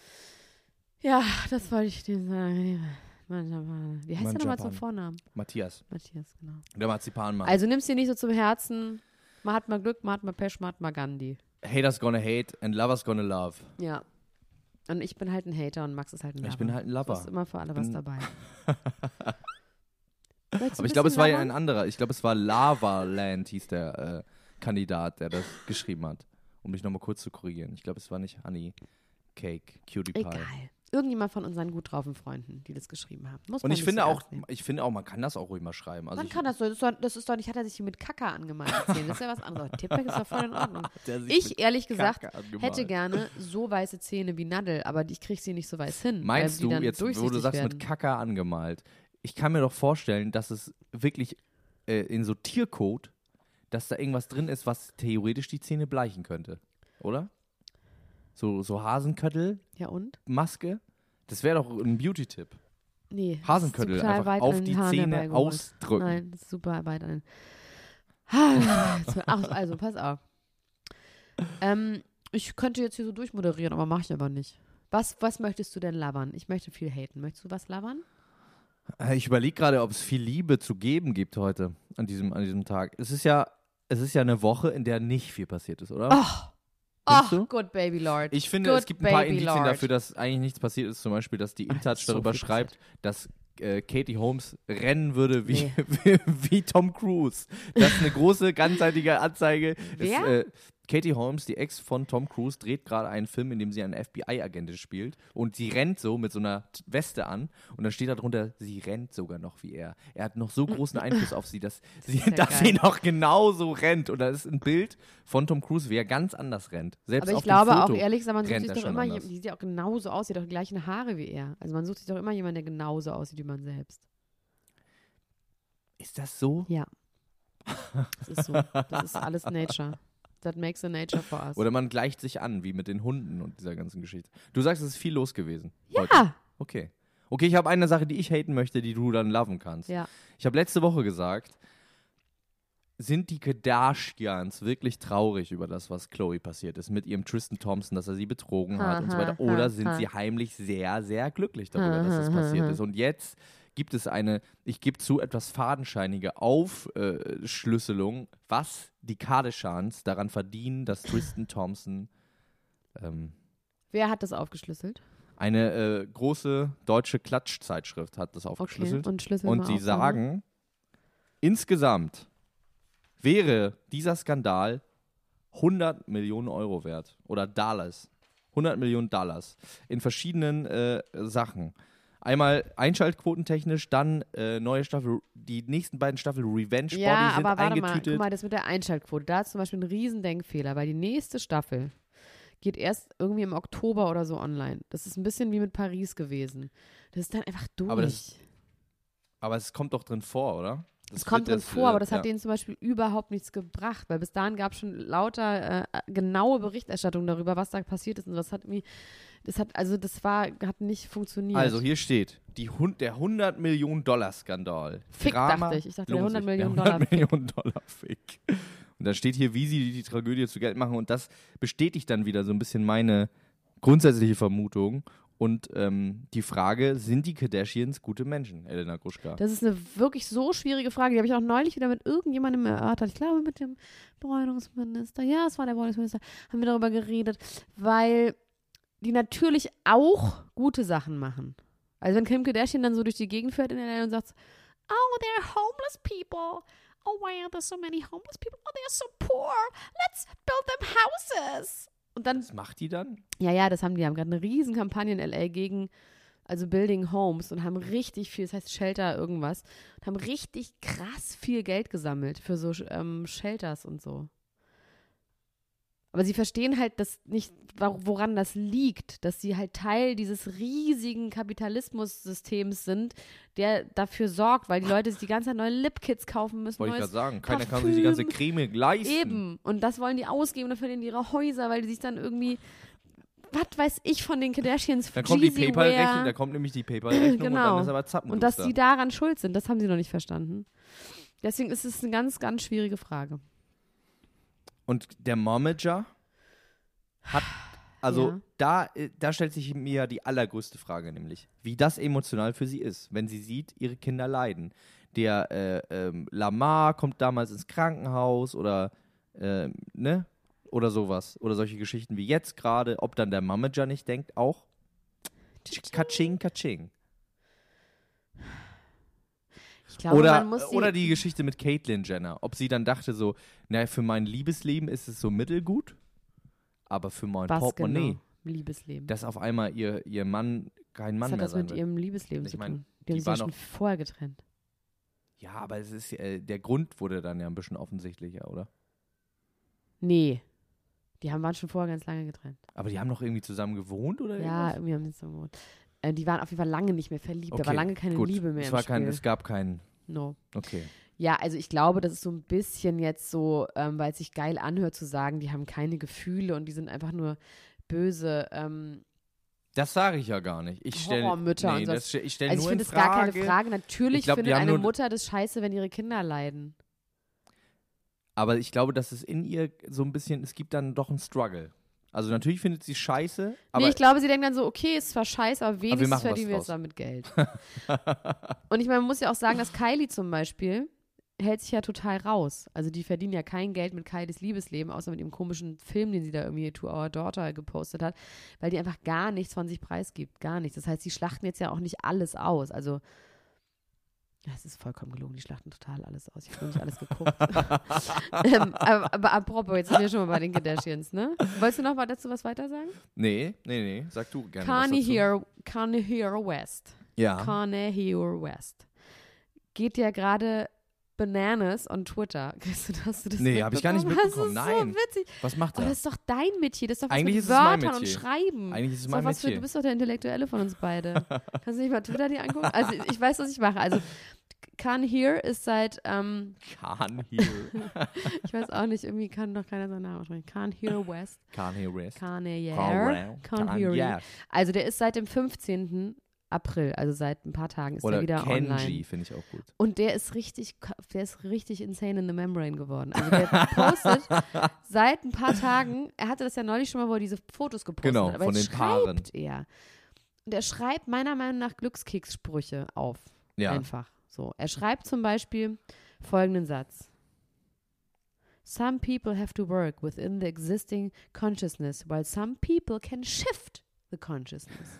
[SPEAKER 1] Ja, das wollte ich dir sagen. Manjapane. Wie heißt der nochmal
[SPEAKER 3] Manjapane.
[SPEAKER 1] zum Vornamen?
[SPEAKER 3] Matthias,
[SPEAKER 1] Matthias, genau.
[SPEAKER 3] der Marzipanmann.
[SPEAKER 1] Also nimm's dir nicht so zum Herzen. Man hat mal Glück, man hat mal Pech, man hat mal Gandhi.
[SPEAKER 3] Haters gonna hate and lovers gonna love.
[SPEAKER 1] Ja. Und ich bin halt ein Hater und Max ist halt ein Lover.
[SPEAKER 3] Ich bin halt ein Lover.
[SPEAKER 1] Da ist immer für alle was
[SPEAKER 3] bin- [laughs]
[SPEAKER 1] dabei.
[SPEAKER 3] Aber ich glaube, es war ja ein anderer. Ich glaube, es war Lava Land, hieß der äh, Kandidat, der das geschrieben hat. Um dich nochmal kurz zu korrigieren. Ich glaube, es war nicht Honey Cake, Cutie Pie.
[SPEAKER 1] Egal. Irgendjemand von unseren gut draufen Freunden, die das geschrieben haben. Muss
[SPEAKER 3] Und
[SPEAKER 1] man
[SPEAKER 3] ich
[SPEAKER 1] nicht
[SPEAKER 3] finde
[SPEAKER 1] so
[SPEAKER 3] auch,
[SPEAKER 1] ernst nehmen.
[SPEAKER 3] ich finde auch, man kann das auch ruhig mal schreiben. Also
[SPEAKER 1] Man
[SPEAKER 3] ich,
[SPEAKER 1] kann das so. Das ist, doch, das ist doch nicht, hat er sich hier mit Kaka angemalt. Erzählen. Das ist ja was anderes. Tippback ist doch voll in Ordnung.
[SPEAKER 3] Der sich mit
[SPEAKER 1] Ich, ehrlich gesagt,
[SPEAKER 3] Kacke angemalt.
[SPEAKER 1] hätte gerne so weiße Zähne wie Nadel, aber ich kriege sie nicht so weiß hin.
[SPEAKER 3] Meinst
[SPEAKER 1] weil die
[SPEAKER 3] du
[SPEAKER 1] dann
[SPEAKER 3] jetzt, wo du
[SPEAKER 1] durchsichtig
[SPEAKER 3] sagst,
[SPEAKER 1] werden.
[SPEAKER 3] mit Kaka angemalt? Ich kann mir doch vorstellen, dass es wirklich äh, in so Tiercode, dass da irgendwas drin ist, was theoretisch die Zähne bleichen könnte. Oder? So, so Hasenköttel,
[SPEAKER 1] Ja und?
[SPEAKER 3] Maske. Das wäre doch ein Beauty-Tipp.
[SPEAKER 1] Nee. das
[SPEAKER 3] Hasenköttel
[SPEAKER 1] ist total
[SPEAKER 3] einfach
[SPEAKER 1] weit
[SPEAKER 3] auf
[SPEAKER 1] an den
[SPEAKER 3] die
[SPEAKER 1] Haaren
[SPEAKER 3] Zähne
[SPEAKER 1] herbeigeholt.
[SPEAKER 3] ausdrücken.
[SPEAKER 1] Nein, das ist super weit an. den- Ah, jetzt- Ach, also, pass auf. Ähm, ich könnte jetzt hier so durchmoderieren, aber mache ich aber nicht. Was, was möchtest du denn labern? Ich möchte viel haten. Möchtest du was labern?
[SPEAKER 3] Äh, Ich überlege gerade, ob es viel Liebe zu geben gibt heute, an diesem, an diesem Tag. Es ist ja, es ist ja eine Woche, in der nicht viel passiert
[SPEAKER 1] [laughs]
[SPEAKER 3] ist, oder? Findest
[SPEAKER 1] Oh,
[SPEAKER 3] du?
[SPEAKER 1] good baby lord.
[SPEAKER 3] Ich finde,
[SPEAKER 1] good
[SPEAKER 3] es gibt ein paar
[SPEAKER 1] baby
[SPEAKER 3] Indizien
[SPEAKER 1] lord.
[SPEAKER 3] dafür, dass eigentlich nichts passiert ist. Zum Beispiel, dass die InTouch
[SPEAKER 1] ist so
[SPEAKER 3] darüber
[SPEAKER 1] viel
[SPEAKER 3] schreibt, dass äh, Katie Holmes rennen würde wie,
[SPEAKER 1] Nee.
[SPEAKER 3] [laughs] wie, wie Tom Cruise. Das ist eine große, ganzseitige Anzeige.
[SPEAKER 1] Wer?
[SPEAKER 3] Es, äh, Katie Holmes, die Ex von Tom Cruise, dreht gerade einen Film, in dem sie eine FBI-Agentin spielt. Und sie rennt so mit so einer T- Weste an. Und dann steht da drunter, sie rennt sogar noch wie er. Er hat noch so großen Einfluss auf
[SPEAKER 1] [laughs]
[SPEAKER 3] sie, dass, sie,
[SPEAKER 1] ist ja
[SPEAKER 3] dass
[SPEAKER 1] geil.
[SPEAKER 3] sie noch genauso rennt. Und da ist ein Bild von Tom Cruise, wie er ganz anders rennt. Selbst
[SPEAKER 1] Aber ich
[SPEAKER 3] auf dem
[SPEAKER 1] glaube auch,
[SPEAKER 3] Foto
[SPEAKER 1] ehrlich gesagt, man sucht
[SPEAKER 3] rennt
[SPEAKER 1] sich
[SPEAKER 3] er
[SPEAKER 1] doch
[SPEAKER 3] schon
[SPEAKER 1] immer
[SPEAKER 3] anders.
[SPEAKER 1] jemanden, die sieht ja auch genauso aus, die hat doch die gleichen Haare wie er. Also man sucht sich doch immer jemanden, der genauso aussieht wie man selbst.
[SPEAKER 3] Ist das so?
[SPEAKER 1] Ja. Das ist so. Das ist alles Nature. That makes the nature for us.
[SPEAKER 3] Oder man gleicht sich an, wie mit den Hunden und dieser ganzen Geschichte. Du sagst, es ist viel los gewesen. Heute.
[SPEAKER 1] ja.
[SPEAKER 3] Okay. Okay, ich habe eine Sache, die ich haten möchte, die du dann loven kannst.
[SPEAKER 1] ja.
[SPEAKER 3] Ich habe letzte Woche gesagt, sind die Kardashians wirklich traurig über das, was Chloe passiert ist mit ihrem Tristan Thompson, dass er sie betrogen hat
[SPEAKER 1] Ha,
[SPEAKER 3] und so
[SPEAKER 1] ha,
[SPEAKER 3] weiter? Oder
[SPEAKER 1] ha,
[SPEAKER 3] sind
[SPEAKER 1] ha.
[SPEAKER 3] sie heimlich sehr, sehr glücklich darüber,
[SPEAKER 1] Ha,
[SPEAKER 3] dass es
[SPEAKER 1] ha, ha,
[SPEAKER 3] passiert
[SPEAKER 1] ha.
[SPEAKER 3] ist? Und jetzt gibt es eine, ich gebe zu, etwas fadenscheinige Aufschlüsselung, was die Kardashians daran verdienen, dass Tristan Thompson ähm,
[SPEAKER 1] Wer hat das aufgeschlüsselt?
[SPEAKER 3] eine äh, große deutsche Klatschzeitschrift hat das
[SPEAKER 1] Okay.
[SPEAKER 3] aufgeschlüsselt.
[SPEAKER 1] Und Schlüssel
[SPEAKER 3] Und
[SPEAKER 1] mal
[SPEAKER 3] sie
[SPEAKER 1] auf, oder?
[SPEAKER 3] sagen, insgesamt wäre dieser Skandal 100 Millionen Euro wert oder Dollars. 100 Millionen Dollars in verschiedenen äh, Sachen. Einmal einschaltquotentechnisch, dann äh, neue Staffel, die nächsten beiden Staffeln Revenge Body
[SPEAKER 1] Ja,
[SPEAKER 3] sind
[SPEAKER 1] aber warte mal,
[SPEAKER 3] eingetütet.
[SPEAKER 1] guck mal, das mit der Einschaltquote, da ist zum Beispiel ein Riesendenkfehler, weil die nächste Staffel geht erst irgendwie im Oktober oder so online. Das ist ein bisschen wie mit Paris gewesen. Das ist dann einfach durch.
[SPEAKER 3] Aber das- aber es kommt doch drin vor, oder?
[SPEAKER 1] Es kommt
[SPEAKER 3] wird
[SPEAKER 1] drin
[SPEAKER 3] das,
[SPEAKER 1] vor,
[SPEAKER 3] äh,
[SPEAKER 1] aber das hat
[SPEAKER 3] ja.
[SPEAKER 1] denen zum Beispiel überhaupt nichts gebracht, weil bis dahin gab es schon lauter äh, genaue Berichterstattung darüber, was da passiert ist. Und das hat irgendwie, das hat, also das war, hat nicht funktioniert.
[SPEAKER 3] Also hier steht, die Hund, der 100 Millionen Dollar Skandal.
[SPEAKER 1] Fick, dachte ich. Ich dachte, der
[SPEAKER 3] lohnt
[SPEAKER 1] 100
[SPEAKER 3] sich.
[SPEAKER 1] Millionen
[SPEAKER 3] Der
[SPEAKER 1] Dollar Fick.
[SPEAKER 3] Millionen Dollar Fick. Und da steht hier, wie sie die Tragödie zu Geld machen. Und das bestätigt dann wieder so ein bisschen meine grundsätzliche Vermutung. Und ähm, die Frage, sind die Kardashians gute Menschen, Elena Gruschka?
[SPEAKER 1] Das ist eine wirklich so schwierige Frage. Die habe ich auch neulich wieder mit irgendjemandem erörtert. Ich glaube, mit dem Bräunungsminister. Ja, es war der Bräunungsminister. Haben wir darüber geredet, weil die natürlich auch gute Sachen machen. Also wenn Kim Kardashian dann so durch die Gegend fährt in LA und sagt, oh, there are homeless people. Oh, why are there so many homeless people? Oh, they are so poor. Let's build them houses. Und dann,
[SPEAKER 3] Was macht die dann?
[SPEAKER 1] ja, ja, das haben die, haben gerade eine riesen Kampagne in L.A. gegen, also Building Homes und haben richtig viel, das heißt Shelter irgendwas, und haben richtig krass viel Geld gesammelt für so ähm, Shelters und so. Aber sie verstehen halt das nicht, wa- woran das liegt, dass sie halt Teil dieses riesigen Kapitalismussystems sind, der dafür sorgt, weil die Leute sich die ganze Zeit neue Lipkits kaufen müssen.
[SPEAKER 3] Wollte ich
[SPEAKER 1] neues
[SPEAKER 3] gerade sagen. Keiner kann sich die ganze
[SPEAKER 1] Parfüm.
[SPEAKER 3] Creme leisten.
[SPEAKER 1] Eben. Und das wollen die ausgeben, dann verlieren die ihre Häuser, weil die sich dann irgendwie, was weiß ich von den Kardashians,
[SPEAKER 3] Dann kommt die
[SPEAKER 1] Jeezy
[SPEAKER 3] PayPal-Rechnung,
[SPEAKER 1] Wear.
[SPEAKER 3] da kommt nämlich die PayPal-Rechnung und
[SPEAKER 1] Genau.
[SPEAKER 3] dann ist aber Zappen.
[SPEAKER 1] Und dass sie daran schuld sind, das haben sie noch nicht verstanden. Deswegen ist es eine ganz, ganz schwierige Frage.
[SPEAKER 3] Und der Momager hat, also
[SPEAKER 1] Ja.
[SPEAKER 3] da, äh, da stellt sich mir die allergrößte Frage, nämlich, wie das emotional für sie ist, wenn sie sieht, ihre Kinder leiden. Der äh, ähm, Lamar kommt damals ins Krankenhaus oder, ähm, ne? Oder sowas. Oder solche Geschichten wie jetzt gerade, ob dann der Momager nicht denkt, auch. Katsching, katsching.
[SPEAKER 1] Ich glaube,
[SPEAKER 3] oder,
[SPEAKER 1] man muss sie,
[SPEAKER 3] oder die Geschichte mit Caitlyn Jenner. Ob sie dann dachte so, naja, für mein Liebesleben ist es so mittelgut, aber für mein
[SPEAKER 1] was
[SPEAKER 3] Portemonnaie,
[SPEAKER 1] genau, Liebesleben.
[SPEAKER 3] dass auf einmal ihr, ihr Mann kein
[SPEAKER 1] was
[SPEAKER 3] Mann
[SPEAKER 1] hat
[SPEAKER 3] mehr
[SPEAKER 1] das
[SPEAKER 3] sein
[SPEAKER 1] mit
[SPEAKER 3] wird.
[SPEAKER 1] ihrem Liebesleben
[SPEAKER 3] Ich
[SPEAKER 1] zu
[SPEAKER 3] meine,
[SPEAKER 1] tun? Die haben
[SPEAKER 3] die
[SPEAKER 1] sich ja
[SPEAKER 3] war
[SPEAKER 1] schon
[SPEAKER 3] noch-
[SPEAKER 1] vorher getrennt.
[SPEAKER 3] Ja, aber es ist, äh, der Grund wurde dann ja ein bisschen offensichtlicher, oder?
[SPEAKER 1] Nee. Die haben, waren schon vorher ganz lange getrennt.
[SPEAKER 3] Aber die haben noch irgendwie zusammen gewohnt oder
[SPEAKER 1] Ja,
[SPEAKER 3] irgendwas?
[SPEAKER 1] irgendwie haben sie so gewohnt. Äh, die waren auf jeden Fall lange nicht mehr verliebt. da war
[SPEAKER 3] Okay,
[SPEAKER 1] lange keine
[SPEAKER 3] Gut,
[SPEAKER 1] Liebe mehr
[SPEAKER 3] es,
[SPEAKER 1] im
[SPEAKER 3] war kein,
[SPEAKER 1] Spiel.
[SPEAKER 3] es gab keinen.
[SPEAKER 1] no.
[SPEAKER 3] Okay.
[SPEAKER 1] Ja, also ich glaube, das ist so ein bisschen jetzt so, ähm, weil es sich geil anhört zu sagen, die haben keine Gefühle und die sind einfach nur böse. Ähm,
[SPEAKER 3] Das sage ich ja gar nicht. Ich stelle
[SPEAKER 1] Horrormütter
[SPEAKER 3] nee,
[SPEAKER 1] und
[SPEAKER 3] das,
[SPEAKER 1] so.
[SPEAKER 3] ich stelle
[SPEAKER 1] also ich
[SPEAKER 3] nur in
[SPEAKER 1] finde es
[SPEAKER 3] Frage,
[SPEAKER 1] gar keine Frage. Natürlich
[SPEAKER 3] Ich glaub, die
[SPEAKER 1] findet
[SPEAKER 3] haben
[SPEAKER 1] eine
[SPEAKER 3] nur-
[SPEAKER 1] Mutter das scheiße, wenn ihre Kinder leiden.
[SPEAKER 3] Aber ich glaube, dass es in ihr so ein bisschen, es gibt dann doch einen Struggle. Also natürlich findet sie scheiße, aber
[SPEAKER 1] nee, ich glaube, sie denken dann so, okay, ist zwar scheiße, aber wenigstens
[SPEAKER 3] machen was
[SPEAKER 1] verdienen wir
[SPEAKER 3] draus.
[SPEAKER 1] jetzt damit Geld.
[SPEAKER 3] [laughs]
[SPEAKER 1] und ich meine, man muss ja auch sagen, dass Kylie zum Beispiel hält sich ja total raus. Also die verdienen ja kein Geld mit Kylies Liebesleben, außer mit dem komischen Film, den sie da irgendwie To Our Daughter gepostet hat, weil die einfach gar nichts von sich preisgibt, gar nichts. Das heißt, die schlachten jetzt ja auch nicht alles aus. Also ja, es ist vollkommen gelogen, die schlachten total alles aus. Ich habe nicht alles
[SPEAKER 3] [laughs]
[SPEAKER 1] geguckt. [laughs] ähm, aber, aber apropos, jetzt sind wir schon mal bei den Kardashians, ne? Wolltest du noch mal dazu was weiter sagen?
[SPEAKER 3] nee, nee, nee, sag du gerne was
[SPEAKER 1] Kanye
[SPEAKER 3] dazu.
[SPEAKER 1] Hero, Kanye Hero West.
[SPEAKER 3] Ja.
[SPEAKER 1] Kanye Hero West. Geht ja gerade bananas on Twitter. [laughs] Hast du, hast du das
[SPEAKER 3] Nee, hab ich gar nicht mitbekommen.
[SPEAKER 1] Das ist
[SPEAKER 3] Nein.
[SPEAKER 1] so witzig.
[SPEAKER 3] was macht
[SPEAKER 1] Aber
[SPEAKER 3] er?
[SPEAKER 1] Oh, das ist doch dein Metier. Das ist doch was
[SPEAKER 3] Eigentlich
[SPEAKER 1] mit
[SPEAKER 3] ist es mein
[SPEAKER 1] Wörtern und
[SPEAKER 3] Metier.
[SPEAKER 1] Schreiben.
[SPEAKER 3] Eigentlich ist es
[SPEAKER 1] Das
[SPEAKER 3] mein
[SPEAKER 1] doch was für,
[SPEAKER 3] Metier.
[SPEAKER 1] du bist doch der Intellektuelle von uns
[SPEAKER 3] [laughs]
[SPEAKER 1] beide. Kannst du nicht mal Twitter dir angucken? Also ich weiß, was ich mache. Also Kanye Hero ist seit, ähm,
[SPEAKER 3] Kanye Hero.
[SPEAKER 1] ich weiß auch nicht, irgendwie kann doch keiner seinen Namen aussprechen. Kanye Hero West.
[SPEAKER 3] Kanye West.
[SPEAKER 1] Kanye
[SPEAKER 3] Kanye.
[SPEAKER 1] Hero. Kanye Hero. Also der ist seit dem 15. April, also seit ein paar Tagen ist er
[SPEAKER 3] Oder
[SPEAKER 1] wieder
[SPEAKER 3] Kenji
[SPEAKER 1] online.
[SPEAKER 3] finde ich auch gut.
[SPEAKER 1] Und der ist richtig, ka- der ist richtig insane in the membrane geworden. Also der postet
[SPEAKER 3] [laughs]
[SPEAKER 1] seit ein paar Tagen, er hatte das ja neulich schon mal, wo er diese Fotos gepostet
[SPEAKER 3] Genau,
[SPEAKER 1] hat, aber
[SPEAKER 3] von
[SPEAKER 1] jetzt
[SPEAKER 3] den Paaren.
[SPEAKER 1] schreibt er. Und er schreibt meiner Meinung nach Glückskekssprüche auf.
[SPEAKER 3] Ja.
[SPEAKER 1] Einfach so. Er schreibt zum Beispiel folgenden Satz. Some people have to work within the existing consciousness, while some people can shift the consciousness.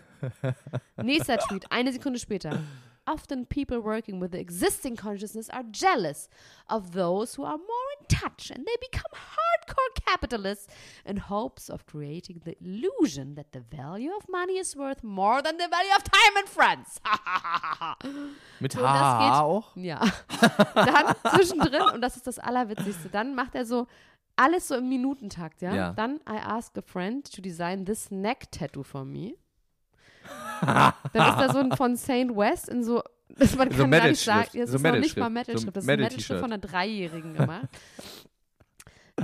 [SPEAKER 1] Nächster Tweet, eine Sekunde später. Often people working with the existing consciousness are jealous of those who are more in touch and they become hardcore capitalists in hopes of creating the illusion that the value of money is worth more than the value of time and [laughs] friends.
[SPEAKER 3] Mit
[SPEAKER 1] So, das
[SPEAKER 3] Haha
[SPEAKER 1] geht-
[SPEAKER 3] auch?
[SPEAKER 1] Ja. [laughs] Dann zwischendrin, und das ist das Allerwitzigste, dann macht er so alles so im Minutentakt, ja?
[SPEAKER 3] Ja.
[SPEAKER 1] Dann I ask a friend to design this neck tattoo for
[SPEAKER 3] [laughs]
[SPEAKER 1] me. dann ist da so ein von Saint West in so, das man
[SPEAKER 3] So
[SPEAKER 1] kann gar nicht sagen,
[SPEAKER 3] Metal-Schrift.
[SPEAKER 1] das
[SPEAKER 3] So
[SPEAKER 1] ist noch nicht
[SPEAKER 3] Metal-Schrift.
[SPEAKER 1] mal Metal-Schrift,
[SPEAKER 3] So
[SPEAKER 1] das ist ein Metal-Schrift
[SPEAKER 3] Metal-T-Shirt.
[SPEAKER 1] von einer Dreijährigen
[SPEAKER 3] [laughs]
[SPEAKER 1] gemacht.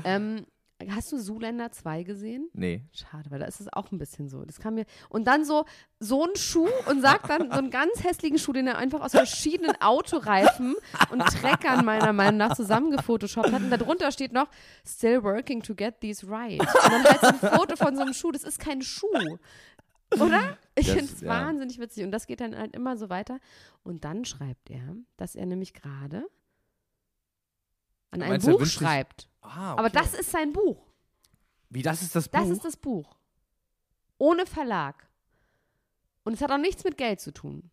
[SPEAKER 1] ähm, hast du Zuländer 2 gesehen?
[SPEAKER 3] Nee.
[SPEAKER 1] Schade, weil da ist es auch ein bisschen so. Das kam mir und dann so so ein Schuh und sagt dann so [laughs] einen ganz hässlichen Schuh, den er einfach aus verschiedenen Autoreifen und Treckern meiner Meinung nach zusammengefotoshoppt hat und darunter steht noch still working to get these right. Und dann halt so ein Foto von so einem Schuh, das ist kein Schuh. Oder? Ich
[SPEAKER 3] Das-
[SPEAKER 1] finde es
[SPEAKER 3] ja.
[SPEAKER 1] wahnsinnig witzig und das geht dann halt immer so weiter und dann schreibt er, dass er nämlich gerade an einem
[SPEAKER 3] Meinst du, er
[SPEAKER 1] Buch
[SPEAKER 3] wünscht sich-
[SPEAKER 1] schreibt.
[SPEAKER 3] Ah,
[SPEAKER 1] Aber
[SPEAKER 3] okay.
[SPEAKER 1] das ist sein Buch.
[SPEAKER 3] Wie, das ist das Buch?
[SPEAKER 1] Das ist das Buch. Ohne Verlag. Und es hat auch nichts mit Geld zu tun.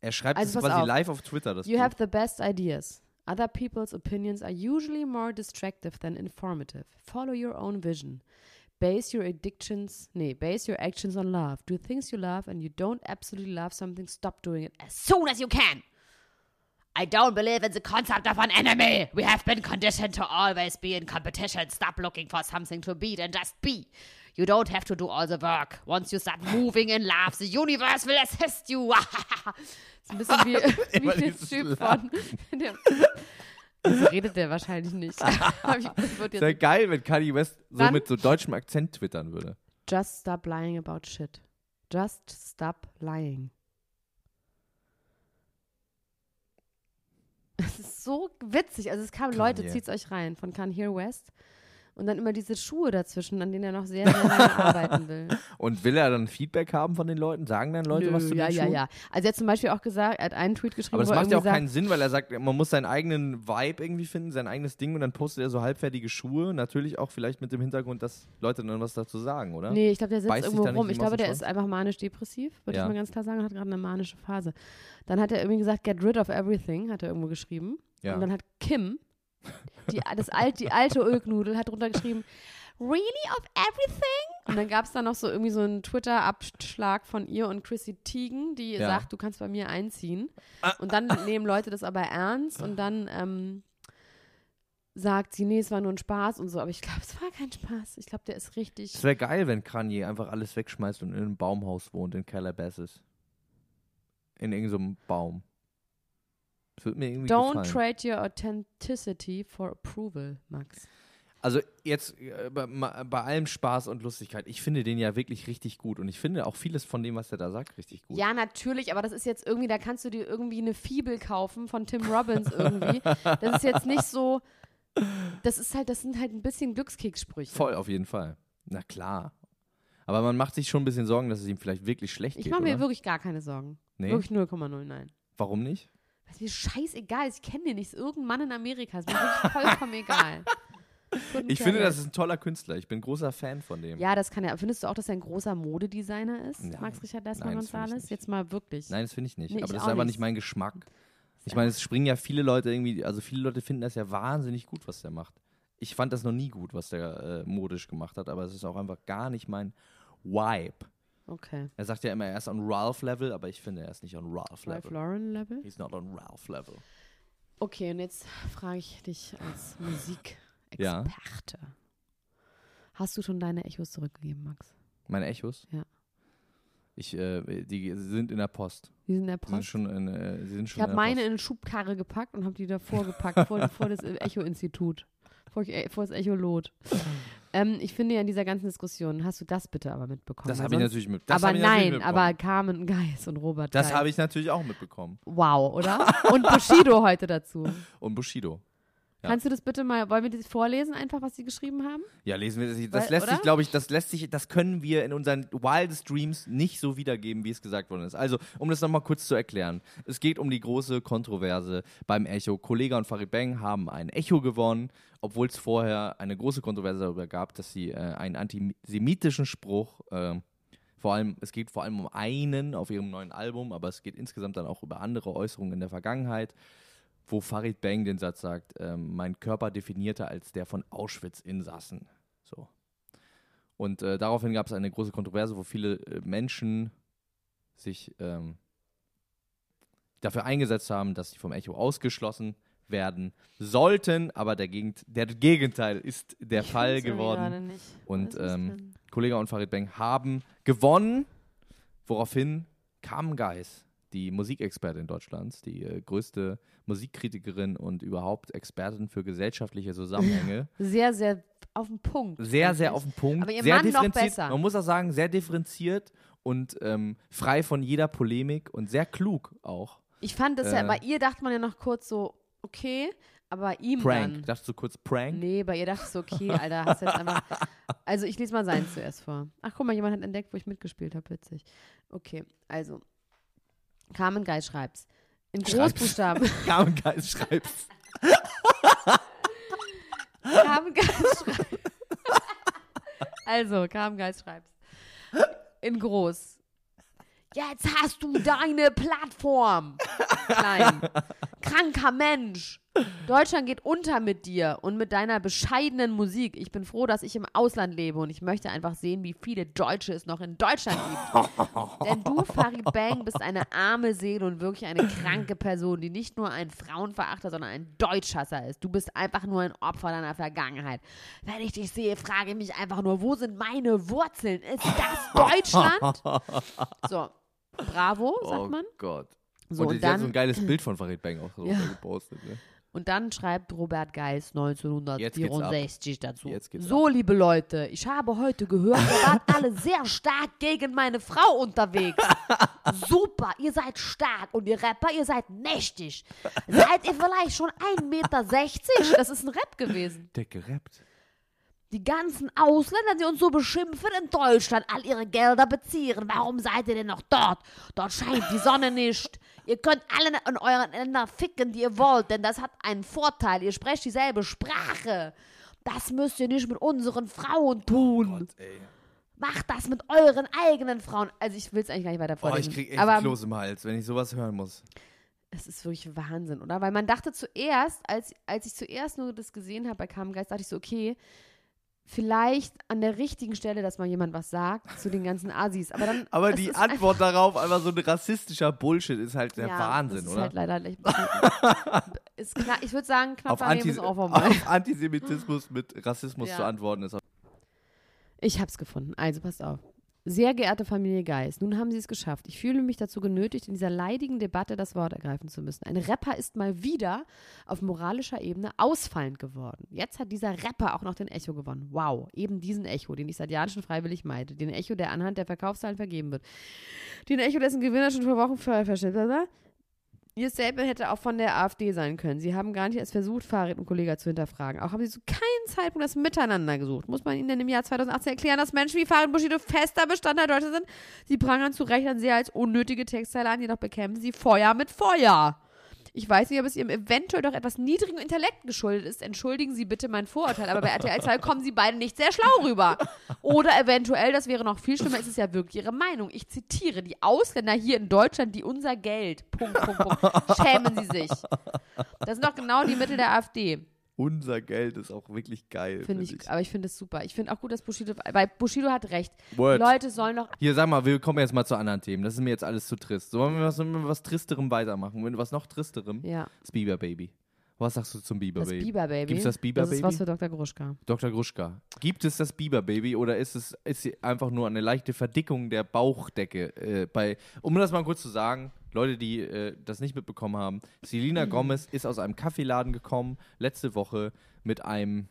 [SPEAKER 3] er schreibt
[SPEAKER 1] Also
[SPEAKER 3] es
[SPEAKER 1] pass
[SPEAKER 3] quasi
[SPEAKER 1] also auf.
[SPEAKER 3] live auf Twitter, das
[SPEAKER 1] You
[SPEAKER 3] Buch.
[SPEAKER 1] have the best ideas. Other people's opinions are usually more distractive than informative. Follow your own vision. Base your addictions, nee, base your actions on love. Do things you love and you don't absolutely love something, stop doing it as [laughs] soon as you can. I don't believe in the concept of an enemy. We have been conditioned to always be in competition. Stop looking for something to beat and just be. You don't have to do all the work. Once you start moving in love, the universe will assist you. [laughs] ist ein bisschen wie,
[SPEAKER 3] Immer
[SPEAKER 1] wie der
[SPEAKER 3] dieses
[SPEAKER 1] Typ [laughs] von. Der, das redet der wahrscheinlich nicht. Aber ich, das wird
[SPEAKER 3] Wäre
[SPEAKER 1] jetzt,
[SPEAKER 3] geil, wenn Kanye West so
[SPEAKER 1] Dann-
[SPEAKER 3] mit so deutschem Akzent twittern würde.
[SPEAKER 1] Just stop lying about shit. Just stop lying. [laughs] Es ist so witzig. Also es kam, Leute,
[SPEAKER 3] Kanye.
[SPEAKER 1] zieht's euch rein von Kanye West. Und dann immer diese Schuhe dazwischen, an denen er noch sehr,
[SPEAKER 3] [laughs]
[SPEAKER 1] sehr lange arbeiten will.
[SPEAKER 3] Und will er dann Feedback haben von den Leuten? Sagen dann Leute
[SPEAKER 1] Nö,
[SPEAKER 3] was zu
[SPEAKER 1] ja,
[SPEAKER 3] den
[SPEAKER 1] ja,
[SPEAKER 3] Schuhen?
[SPEAKER 1] ja. Also er hat zum Beispiel auch gesagt, er hat einen Tweet geschrieben,
[SPEAKER 3] Aber das
[SPEAKER 1] wo er
[SPEAKER 3] macht ja auch
[SPEAKER 1] irgendwie sagt,
[SPEAKER 3] keinen Sinn, weil er sagt, man muss seinen eigenen Vibe irgendwie finden, sein eigenes Ding und dann postet er so halbfertige Schuhe. Natürlich auch vielleicht mit dem Hintergrund, dass Leute dann was dazu sagen, oder?
[SPEAKER 1] Nee, ich glaube, der sitzt
[SPEAKER 3] ne? Beißt sich
[SPEAKER 1] irgendwo
[SPEAKER 3] da nicht
[SPEAKER 1] rum.
[SPEAKER 3] die
[SPEAKER 1] Ich glaube,
[SPEAKER 3] Maus
[SPEAKER 1] der
[SPEAKER 3] im
[SPEAKER 1] ist einfach manisch-depressiv, würde
[SPEAKER 3] Ja.
[SPEAKER 1] ich mal ganz klar sagen, hat gerade eine manische Phase. Dann hat er irgendwie gesagt, get rid of everything, hat er irgendwo geschrieben.
[SPEAKER 3] Ja.
[SPEAKER 1] Und dann hat Kim, die, das alt, die alte Ölknudel, hat runtergeschrieben, really of everything? Und dann gab es da noch so irgendwie so einen Twitter-Abschlag von ihr und Chrissy Teigen, die
[SPEAKER 3] Ja. Ah.
[SPEAKER 1] sagt, du kannst bei mir einziehen. Und dann nehmen Leute das aber ernst und dann ähm, sagt sie, nee, es war nur ein Spaß und so. Aber ich glaube, es war kein Spaß. Ich glaube, der ist richtig
[SPEAKER 3] Es wäre geil, wenn Kanye einfach alles wegschmeißt und in einem Baumhaus wohnt, in Calabasas. In irgendeinem Baum. Das würde mir irgendwie
[SPEAKER 1] Don't
[SPEAKER 3] gefallen.
[SPEAKER 1] trade your authenticity for approval, Max.
[SPEAKER 3] Also jetzt äh, bei, ma- bei allem Spaß und Lustigkeit, ich finde den ja wirklich richtig gut und ich finde auch vieles von dem, was er da sagt, richtig gut.
[SPEAKER 1] Ja, natürlich, aber das ist jetzt irgendwie, da kannst du dir irgendwie eine Fibel kaufen von Tim Robbins irgendwie. Das ist jetzt nicht so, das ist halt, das sind halt ein bisschen Glückskekssprüche.
[SPEAKER 3] Voll, auf jeden Fall. Na klar. Aber man macht sich schon ein bisschen Sorgen, dass es ihm vielleicht wirklich schlecht
[SPEAKER 1] Ich
[SPEAKER 3] geht.
[SPEAKER 1] mache mir
[SPEAKER 3] oder?
[SPEAKER 1] wirklich gar keine Sorgen.
[SPEAKER 3] Nee?
[SPEAKER 1] Wirklich 0,0, nein.
[SPEAKER 3] Warum nicht?
[SPEAKER 1] Was mir scheißegal ist, ich kenne den nicht, ist irgendein Mann in Amerika, ist mir wirklich vollkommen
[SPEAKER 3] [laughs]
[SPEAKER 1] egal. Couldn't
[SPEAKER 3] Ich
[SPEAKER 1] care
[SPEAKER 3] finde, das
[SPEAKER 1] less.
[SPEAKER 3] ist ein toller Künstler. Ich bin großer Fan von dem.
[SPEAKER 1] Ja, das kann er. Findest du auch, dass er ein großer Modedesigner ist,
[SPEAKER 3] Nein.
[SPEAKER 1] Max Richard
[SPEAKER 3] Nein,
[SPEAKER 1] Lessmann
[SPEAKER 3] das finde ich
[SPEAKER 1] Gonzales?
[SPEAKER 3] nicht.
[SPEAKER 1] Jetzt mal wirklich.
[SPEAKER 3] Nein, das finde ich nicht.
[SPEAKER 1] Nee,
[SPEAKER 3] Aber
[SPEAKER 1] ich
[SPEAKER 3] das
[SPEAKER 1] auch
[SPEAKER 3] ist einfach
[SPEAKER 1] nicht.
[SPEAKER 3] nicht mein Geschmack. Ich meine, es springen ja viele Leute irgendwie, also viele Leute finden das ja wahnsinnig gut, was der macht. Ich fand das noch nie gut, was der äh, modisch gemacht hat, aber es ist auch einfach gar nicht mein Vibe.
[SPEAKER 1] Okay.
[SPEAKER 3] Er sagt ja immer, er ist on Ralph-Level, aber ich finde, er ist nicht on
[SPEAKER 1] Ralph
[SPEAKER 3] Ralph-Level.
[SPEAKER 1] Lauren Level?
[SPEAKER 3] He's not on Ralph-Level.
[SPEAKER 1] Okay, und jetzt frage ich dich als
[SPEAKER 3] Ja.
[SPEAKER 1] Musikexperte. Hast du schon deine Echos zurückgegeben, Max?
[SPEAKER 3] Meine Echos?
[SPEAKER 1] Ja.
[SPEAKER 3] Ich, äh, die sind in der Post.
[SPEAKER 1] Die sind in der
[SPEAKER 3] Die sind
[SPEAKER 1] Post.
[SPEAKER 3] schon in, äh, sie sind schon
[SPEAKER 1] Ich habe
[SPEAKER 3] in der
[SPEAKER 1] meine
[SPEAKER 3] Post.
[SPEAKER 1] in eine Schubkarre gepackt und habe die davor gepackt, vor, vor das Echo-Institut, vor, ich- vor das Echolot. ähm, ich finde ja in dieser ganzen Diskussion, hast du das bitte aber mitbekommen?
[SPEAKER 3] Das
[SPEAKER 1] weil
[SPEAKER 3] habe ich
[SPEAKER 1] sonst-
[SPEAKER 3] natürlich mit. Das hab
[SPEAKER 1] aber
[SPEAKER 3] ich natürlich
[SPEAKER 1] nein,
[SPEAKER 3] mitbekommen.
[SPEAKER 1] aber Carmen Geis und Robert
[SPEAKER 3] Das
[SPEAKER 1] Geis.
[SPEAKER 3] habe ich natürlich auch mitbekommen.
[SPEAKER 1] Wow, oder? Und Bushido heute
[SPEAKER 3] [laughs]
[SPEAKER 1] dazu.
[SPEAKER 3] Und Bushido. Ja.
[SPEAKER 1] Kannst du das bitte mal, wollen wir das vorlesen einfach, was sie geschrieben haben?
[SPEAKER 3] Ja, lesen wir das. nicht. Das
[SPEAKER 1] Weil-
[SPEAKER 3] lässt
[SPEAKER 1] oder?
[SPEAKER 3] sich, glaube ich, das lässt sich, das können wir in unseren wildest dreams nicht so wiedergeben, wie es gesagt worden ist. Also, um das nochmal kurz zu erklären. Es geht um die große Kontroverse beim Echo. Kollega und Farid Bang haben ein Echo gewonnen, obwohl es vorher eine große Kontroverse darüber gab, dass sie äh, einen antisemitischen Spruch, äh, vor allem, es geht vor allem um einen auf ihrem neuen Album, aber es geht insgesamt dann auch über andere Äußerungen in der Vergangenheit wo Farid Bang den Satz sagt, ähm, mein Körper definierte als der von Auschwitz-Insassen. So. Und äh, daraufhin gab es eine große Kontroverse, wo viele äh, Menschen sich ähm, dafür eingesetzt haben, dass sie vom Echo ausgeschlossen werden sollten, aber der, Gegend, der Gegenteil ist
[SPEAKER 1] [laughs]
[SPEAKER 3] der
[SPEAKER 1] Ich
[SPEAKER 3] Fall
[SPEAKER 1] find's irgendwie gerade
[SPEAKER 3] geworden.
[SPEAKER 1] nicht.
[SPEAKER 3] Und
[SPEAKER 1] Was ist
[SPEAKER 3] ähm,
[SPEAKER 1] denn?
[SPEAKER 3] Kollege und Farid Bang haben gewonnen, woraufhin Carmen Geis, die Musikexpertin Deutschlands, die äh, größte Musikkritikerin und überhaupt Expertin für gesellschaftliche
[SPEAKER 1] [laughs]
[SPEAKER 3] Zusammenhänge,
[SPEAKER 1] sehr, sehr auf den Punkt.
[SPEAKER 3] sehr,
[SPEAKER 1] fand
[SPEAKER 3] sehr
[SPEAKER 1] ich.
[SPEAKER 3] auf den Punkt,
[SPEAKER 1] Aber ihr
[SPEAKER 3] sehr
[SPEAKER 1] Mann noch
[SPEAKER 3] differenziert,
[SPEAKER 1] besser.
[SPEAKER 3] man muss auch sagen, sehr differenziert und ähm, frei von jeder Polemik und sehr klug auch.
[SPEAKER 1] Ich fand das ja,
[SPEAKER 3] Äh.
[SPEAKER 1] bei ihr dachte man ja noch kurz so, okay, aber bei ihm
[SPEAKER 3] Prank,
[SPEAKER 1] dann.
[SPEAKER 3] dachtest du kurz Prank? [laughs]
[SPEAKER 1] Nee, bei ihr dachte ich so, okay, Alter, hast jetzt einfach. Also ich lese mal seins zuerst vor. Ach guck mal, jemand hat entdeckt, wo ich mitgespielt habe, witzig. Okay, also. Carmen Geis schreibt's. In
[SPEAKER 3] Schreib's. [laughs]
[SPEAKER 1] Großbuchstaben.
[SPEAKER 3] Carmen
[SPEAKER 1] [laughs]
[SPEAKER 3] Geis schreibst.
[SPEAKER 1] Carmen Geis schreibt. [laughs] Also, Carmen Geis schreibt. In groß. Jetzt hast du deine Plattform. Klein. Kranker Mensch. Deutschland geht unter mit dir und mit deiner bescheidenen Musik. Ich bin froh, dass ich im Ausland lebe und ich möchte einfach sehen, wie viele Deutsche es noch in Deutschland gibt. Denn du, Farid Bang, bist eine arme Seele und wirklich eine kranke Person, die nicht nur ein Frauenverachter, sondern ein Deutschhasser ist. Du bist einfach nur ein Opfer deiner Vergangenheit. Wenn ich dich sehe, frage ich mich einfach nur, wo sind meine Wurzeln? Ist das Deutschland? So, bravo, sagt
[SPEAKER 3] oh
[SPEAKER 1] man.
[SPEAKER 3] Gott.
[SPEAKER 1] So,
[SPEAKER 3] und
[SPEAKER 1] und
[SPEAKER 3] die hat so
[SPEAKER 1] dann- [clears throat]
[SPEAKER 3] ein geiles Bild von Farid Bang auch so
[SPEAKER 1] Ja.
[SPEAKER 3] gepostet. Ne?
[SPEAKER 1] Und dann schreibt Robert Geis
[SPEAKER 3] Jetzt geht's ab.
[SPEAKER 1] 1964 dazu.
[SPEAKER 3] Jetzt geht's
[SPEAKER 1] so, liebe Leute, ich habe heute gehört, ihr
[SPEAKER 3] [laughs]
[SPEAKER 1] wart alle sehr stark gegen meine Frau unterwegs. Super, ihr seid stark und ihr Rapper, ihr seid mächtig. Seid ihr vielleicht schon 1,60 Meter? Das ist ein Rap gewesen.
[SPEAKER 3] Der gerappt.
[SPEAKER 1] Die ganzen Ausländer, die uns so beschimpfen, in Deutschland all ihre Gelder beziehen. Warum seid ihr denn noch dort? Dort scheint die Sonne nicht. Ihr könnt alle in euren Ländern ficken, die ihr wollt, denn das hat einen Vorteil. Ihr sprecht dieselbe Sprache. Das müsst ihr nicht mit unseren Frauen tun.
[SPEAKER 3] Ey.
[SPEAKER 1] Macht das mit euren eigenen Frauen. Also ich will es eigentlich gar nicht weiter
[SPEAKER 3] Boah,
[SPEAKER 1] vorlesen.
[SPEAKER 3] Oh, ich krieg echt
[SPEAKER 1] Aber
[SPEAKER 3] einen Kloß im Hals, wenn ich sowas hören muss.
[SPEAKER 1] es ist wirklich Wahnsinn, oder? Weil man dachte zuerst, als, als ich zuerst nur das gesehen habe bei Kamengeist, dachte ich so, okay, vielleicht an der richtigen Stelle, dass mal jemand was sagt zu den ganzen Asis. Aber dann.
[SPEAKER 3] Aber
[SPEAKER 1] es
[SPEAKER 3] die
[SPEAKER 1] ist
[SPEAKER 3] Antwort darauf, einfach so ein rassistischer Bullshit, ist halt der
[SPEAKER 1] einfach-
[SPEAKER 3] Wahnsinn,
[SPEAKER 1] das ist
[SPEAKER 3] oder?
[SPEAKER 1] Halt leider,
[SPEAKER 3] [laughs]
[SPEAKER 1] echt- ist knapp, ich würde sagen, knapp
[SPEAKER 3] auf,
[SPEAKER 1] daneben
[SPEAKER 3] Antis
[SPEAKER 1] ist auch vorbei.
[SPEAKER 3] [laughs] auf Antisemitismus mit Rassismus
[SPEAKER 1] Ja.
[SPEAKER 3] zu antworten ist.
[SPEAKER 1] Ich hab's gefunden. Also passt auf. Sehr geehrte Familie Geist, nun haben Sie es geschafft. Ich fühle mich dazu genötigt, in dieser leidigen Debatte das Wort ergreifen zu müssen. Ein Rapper ist mal wieder auf moralischer Ebene ausfallend geworden. Jetzt hat dieser Rapper auch noch den Echo gewonnen. Wow, eben diesen Echo, den ich seit Jahren schon freiwillig meide. Den Echo, der anhand der Verkaufszahlen vergeben wird. Den Echo, dessen Gewinner schon vor Wochen ver- verschnitt. Ihr Statement hätte auch von der AfD sein können. Sie haben gar nicht erst versucht, Fahrrad und Kollega zu hinterfragen. Auch haben sie zu keinem Zeitpunkt das Miteinander gesucht. Muss man ihnen denn im Jahr 2018 erklären, dass Menschen wie Fahrrad und Bushido fester Bestandteil Deutschlands sind? Sie prangern zu Recht an sehr als unnötige Textteile an, jedoch bekämpfen sie Feuer mit Feuer. Ich weiß nicht, ob es ihrem eventuell doch etwas niedrigen Intellekt geschuldet ist. Entschuldigen Sie bitte mein Vorurteil, aber bei RTL 2 kommen Sie beide nicht sehr schlau rüber. Oder eventuell, das wäre noch viel schlimmer, ist es ja wirklich Ihre Meinung. Ich zitiere, die Ausländer hier in Deutschland, die unser Geld, Punkt, Punkt, Punkt, schämen Sie sich. Das sind doch genau die Mittel der AfD,
[SPEAKER 3] Unser Geld ist auch wirklich geil.
[SPEAKER 1] finde ich. Aber ich finde es super. Ich finde auch gut, dass Bushido, weil Bushido hat recht.
[SPEAKER 3] Word.
[SPEAKER 1] Leute sollen doch
[SPEAKER 3] Hier, sag mal, wir kommen jetzt mal zu anderen Themen. Das ist mir jetzt alles zu trist. So, wollen wir was, sollen wir was Tristerem weitermachen? Wenn du was noch Tristerem?
[SPEAKER 1] Ja.
[SPEAKER 3] Das Bieber Baby. Was sagst du zum Bieber
[SPEAKER 1] das
[SPEAKER 3] Baby?
[SPEAKER 1] Biber-Baby.
[SPEAKER 3] Gibt's das Bieber
[SPEAKER 1] Das ist
[SPEAKER 3] Baby?
[SPEAKER 1] was für Dr. Gruschka.
[SPEAKER 3] Dr. Gruschka. Gibt es das Bieber Baby oder ist es ist sie einfach nur eine leichte Verdickung der Bauchdecke? Äh, bei, um das mal kurz zu sagen, Leute, die äh, das nicht mitbekommen haben, Selina Gomez ist aus einem Kaffeeladen gekommen letzte Woche mit einem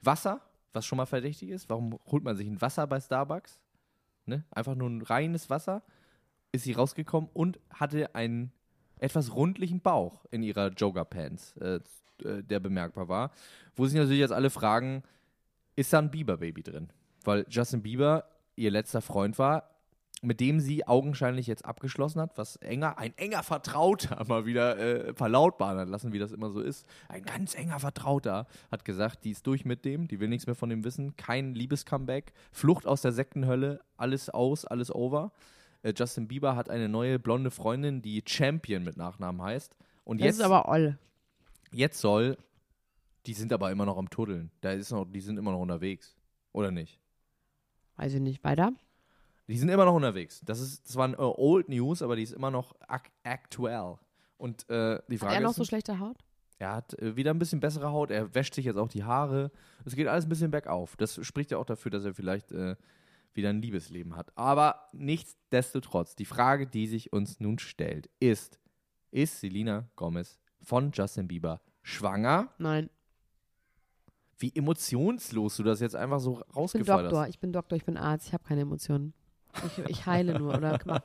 [SPEAKER 3] Wasser, was schon mal verdächtig ist. Warum holt man sich ein Wasser bei Starbucks? Ne? Einfach nur ein reines Wasser. Ist sie rausgekommen und hatte einen etwas rundlichen Bauch in ihrer Jogger-Pants, äh, äh, der bemerkbar war. Wo sich natürlich jetzt alle fragen, ist da ein Bieber-Baby drin? Weil Justin Bieber ihr letzter Freund war, mit dem sie augenscheinlich jetzt abgeschlossen hat, was enger, ein enger Vertrauter [laughs] mal wieder äh, verlautbaren hat lassen, wie das immer so ist. Ein ganz enger Vertrauter hat gesagt, die ist durch mit dem, die will nichts mehr von dem wissen, kein Liebescomeback, Flucht aus der Sektenhölle, alles aus, alles over. Äh, Justin Bieber hat eine neue blonde Freundin, die Champion mit Nachnamen heißt. Und
[SPEAKER 1] Das
[SPEAKER 3] jetzt
[SPEAKER 1] ist aber Oll.
[SPEAKER 3] Jetzt soll, die sind aber immer noch am Tuddeln. Da ist noch, die sind immer noch unterwegs. Oder nicht?
[SPEAKER 1] Weiß ich nicht. Weiter?
[SPEAKER 3] Die sind immer noch unterwegs. Das ist, das waren äh, Old News, aber die ist immer noch ak aktuell. Und äh, die Frage
[SPEAKER 1] Hat er noch
[SPEAKER 3] ist,
[SPEAKER 1] so schlechte Haut?
[SPEAKER 3] er hat äh, wieder ein bisschen bessere Haut, er wäscht sich jetzt auch die Haare. Es geht alles ein bisschen bergauf. Das spricht ja auch dafür, dass er vielleicht äh, wieder ein Liebesleben hat. Aber nichtsdestotrotz, die Frage, die sich uns nun stellt, ist, ist Selena Gomez von Justin Bieber schwanger?
[SPEAKER 1] Nein.
[SPEAKER 3] wie emotionslos du das jetzt einfach so
[SPEAKER 1] Ich bin
[SPEAKER 3] rausgefallen
[SPEAKER 1] Doktor,
[SPEAKER 3] hast.
[SPEAKER 1] ich bin Doktor, ich bin Arzt, ich habe keine Emotionen. Ich, ich heile nur, oder? Mach.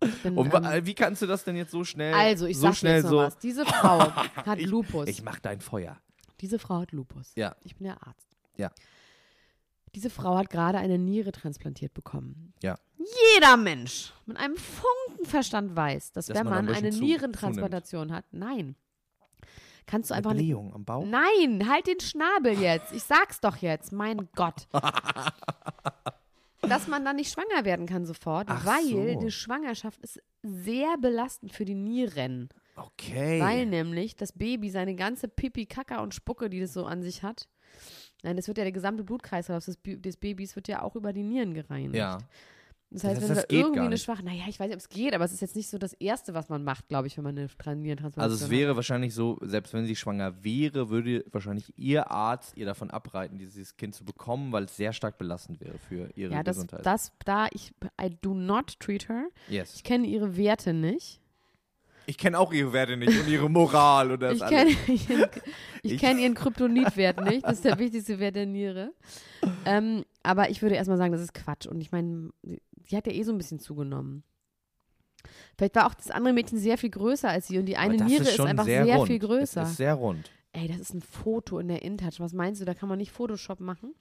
[SPEAKER 1] Ich bin,
[SPEAKER 3] [laughs] Und wa- äh,
[SPEAKER 1] ähm,
[SPEAKER 3] wie kannst du das denn jetzt so schnell
[SPEAKER 1] also, ich
[SPEAKER 3] so
[SPEAKER 1] sag dir
[SPEAKER 3] schnell
[SPEAKER 1] jetzt noch
[SPEAKER 3] so
[SPEAKER 1] was. Diese Frau
[SPEAKER 3] [laughs]
[SPEAKER 1] hat Lupus.
[SPEAKER 3] Ich mach dein Feuer.
[SPEAKER 1] Diese Frau hat Lupus.
[SPEAKER 3] Ja.
[SPEAKER 1] Ich bin ja Arzt.
[SPEAKER 3] Ja.
[SPEAKER 1] Diese Frau hat gerade eine Niere transplantiert bekommen.
[SPEAKER 3] Ja.
[SPEAKER 1] Jeder Mensch mit einem Funken Verstand weiß, dass,
[SPEAKER 3] Dass
[SPEAKER 1] wenn
[SPEAKER 3] man da ein
[SPEAKER 1] man, eine
[SPEAKER 3] bisschen zu-
[SPEAKER 1] Nierentransplantation hat, nein, kannst du einfach eine
[SPEAKER 3] Blähung am Bauch. [laughs]
[SPEAKER 1] Nein, halt den Schnabel jetzt. Ich sag's doch jetzt. Mein Gott.
[SPEAKER 4] dass man dann nicht schwanger werden kann sofort,
[SPEAKER 3] Ach
[SPEAKER 4] weil
[SPEAKER 3] so.
[SPEAKER 4] die Schwangerschaft ist sehr belastend für die Nieren.
[SPEAKER 3] Okay.
[SPEAKER 4] Weil nämlich das Baby seine ganze Pipi, Kaka und Spucke, die das so an sich hat, nein, das wird ja der gesamte Blutkreislauf des, Bi- des Babys wird ja auch über die Nieren gereinigt.
[SPEAKER 3] ja.
[SPEAKER 4] Das heißt,
[SPEAKER 3] Das-
[SPEAKER 4] wenn
[SPEAKER 3] das
[SPEAKER 4] du da
[SPEAKER 3] geht
[SPEAKER 4] irgendwie
[SPEAKER 3] gar
[SPEAKER 4] eine
[SPEAKER 3] nicht.
[SPEAKER 4] schwache, naja, ich weiß nicht, ob es geht, aber es ist jetzt nicht so das Erste, was man macht, glaube ich, wenn man eine Nierentransplantation
[SPEAKER 3] Also es
[SPEAKER 4] hat.
[SPEAKER 3] wäre wahrscheinlich so, selbst wenn sie schwanger wäre, würde wahrscheinlich ihr Arzt ihr davon abreiten, dieses Kind zu bekommen, weil es sehr stark belastend wäre für ihre
[SPEAKER 4] ja, das,
[SPEAKER 3] Gesundheit.
[SPEAKER 4] das, da, ich, I do not treat her.
[SPEAKER 3] yes.
[SPEAKER 4] Ich kenne ihre Werte nicht.
[SPEAKER 3] Ich kenne auch ihre Werte nicht und ihre Moral und das
[SPEAKER 4] Ich
[SPEAKER 3] alles.
[SPEAKER 4] kenne [laughs] ihren, ich
[SPEAKER 3] Ich-
[SPEAKER 4] kenn ihren Kryptonitwert nicht. Das ist der wichtigste Wert der Niere. Ähm, aber ich würde erstmal sagen, das ist Quatsch. Und ich meine, die hat ja eh so ein bisschen zugenommen. Vielleicht war auch das andere Mädchen sehr viel größer als sie und die
[SPEAKER 3] Aber
[SPEAKER 4] eine
[SPEAKER 3] das
[SPEAKER 4] Niere ist,
[SPEAKER 3] schon
[SPEAKER 4] einfach sehr,
[SPEAKER 3] rund.
[SPEAKER 4] viel größer.
[SPEAKER 3] Es ist sehr rund.
[SPEAKER 4] Ey, das ist ein Foto in der InTouch. Was meinst du, da kann man nicht Photoshop machen?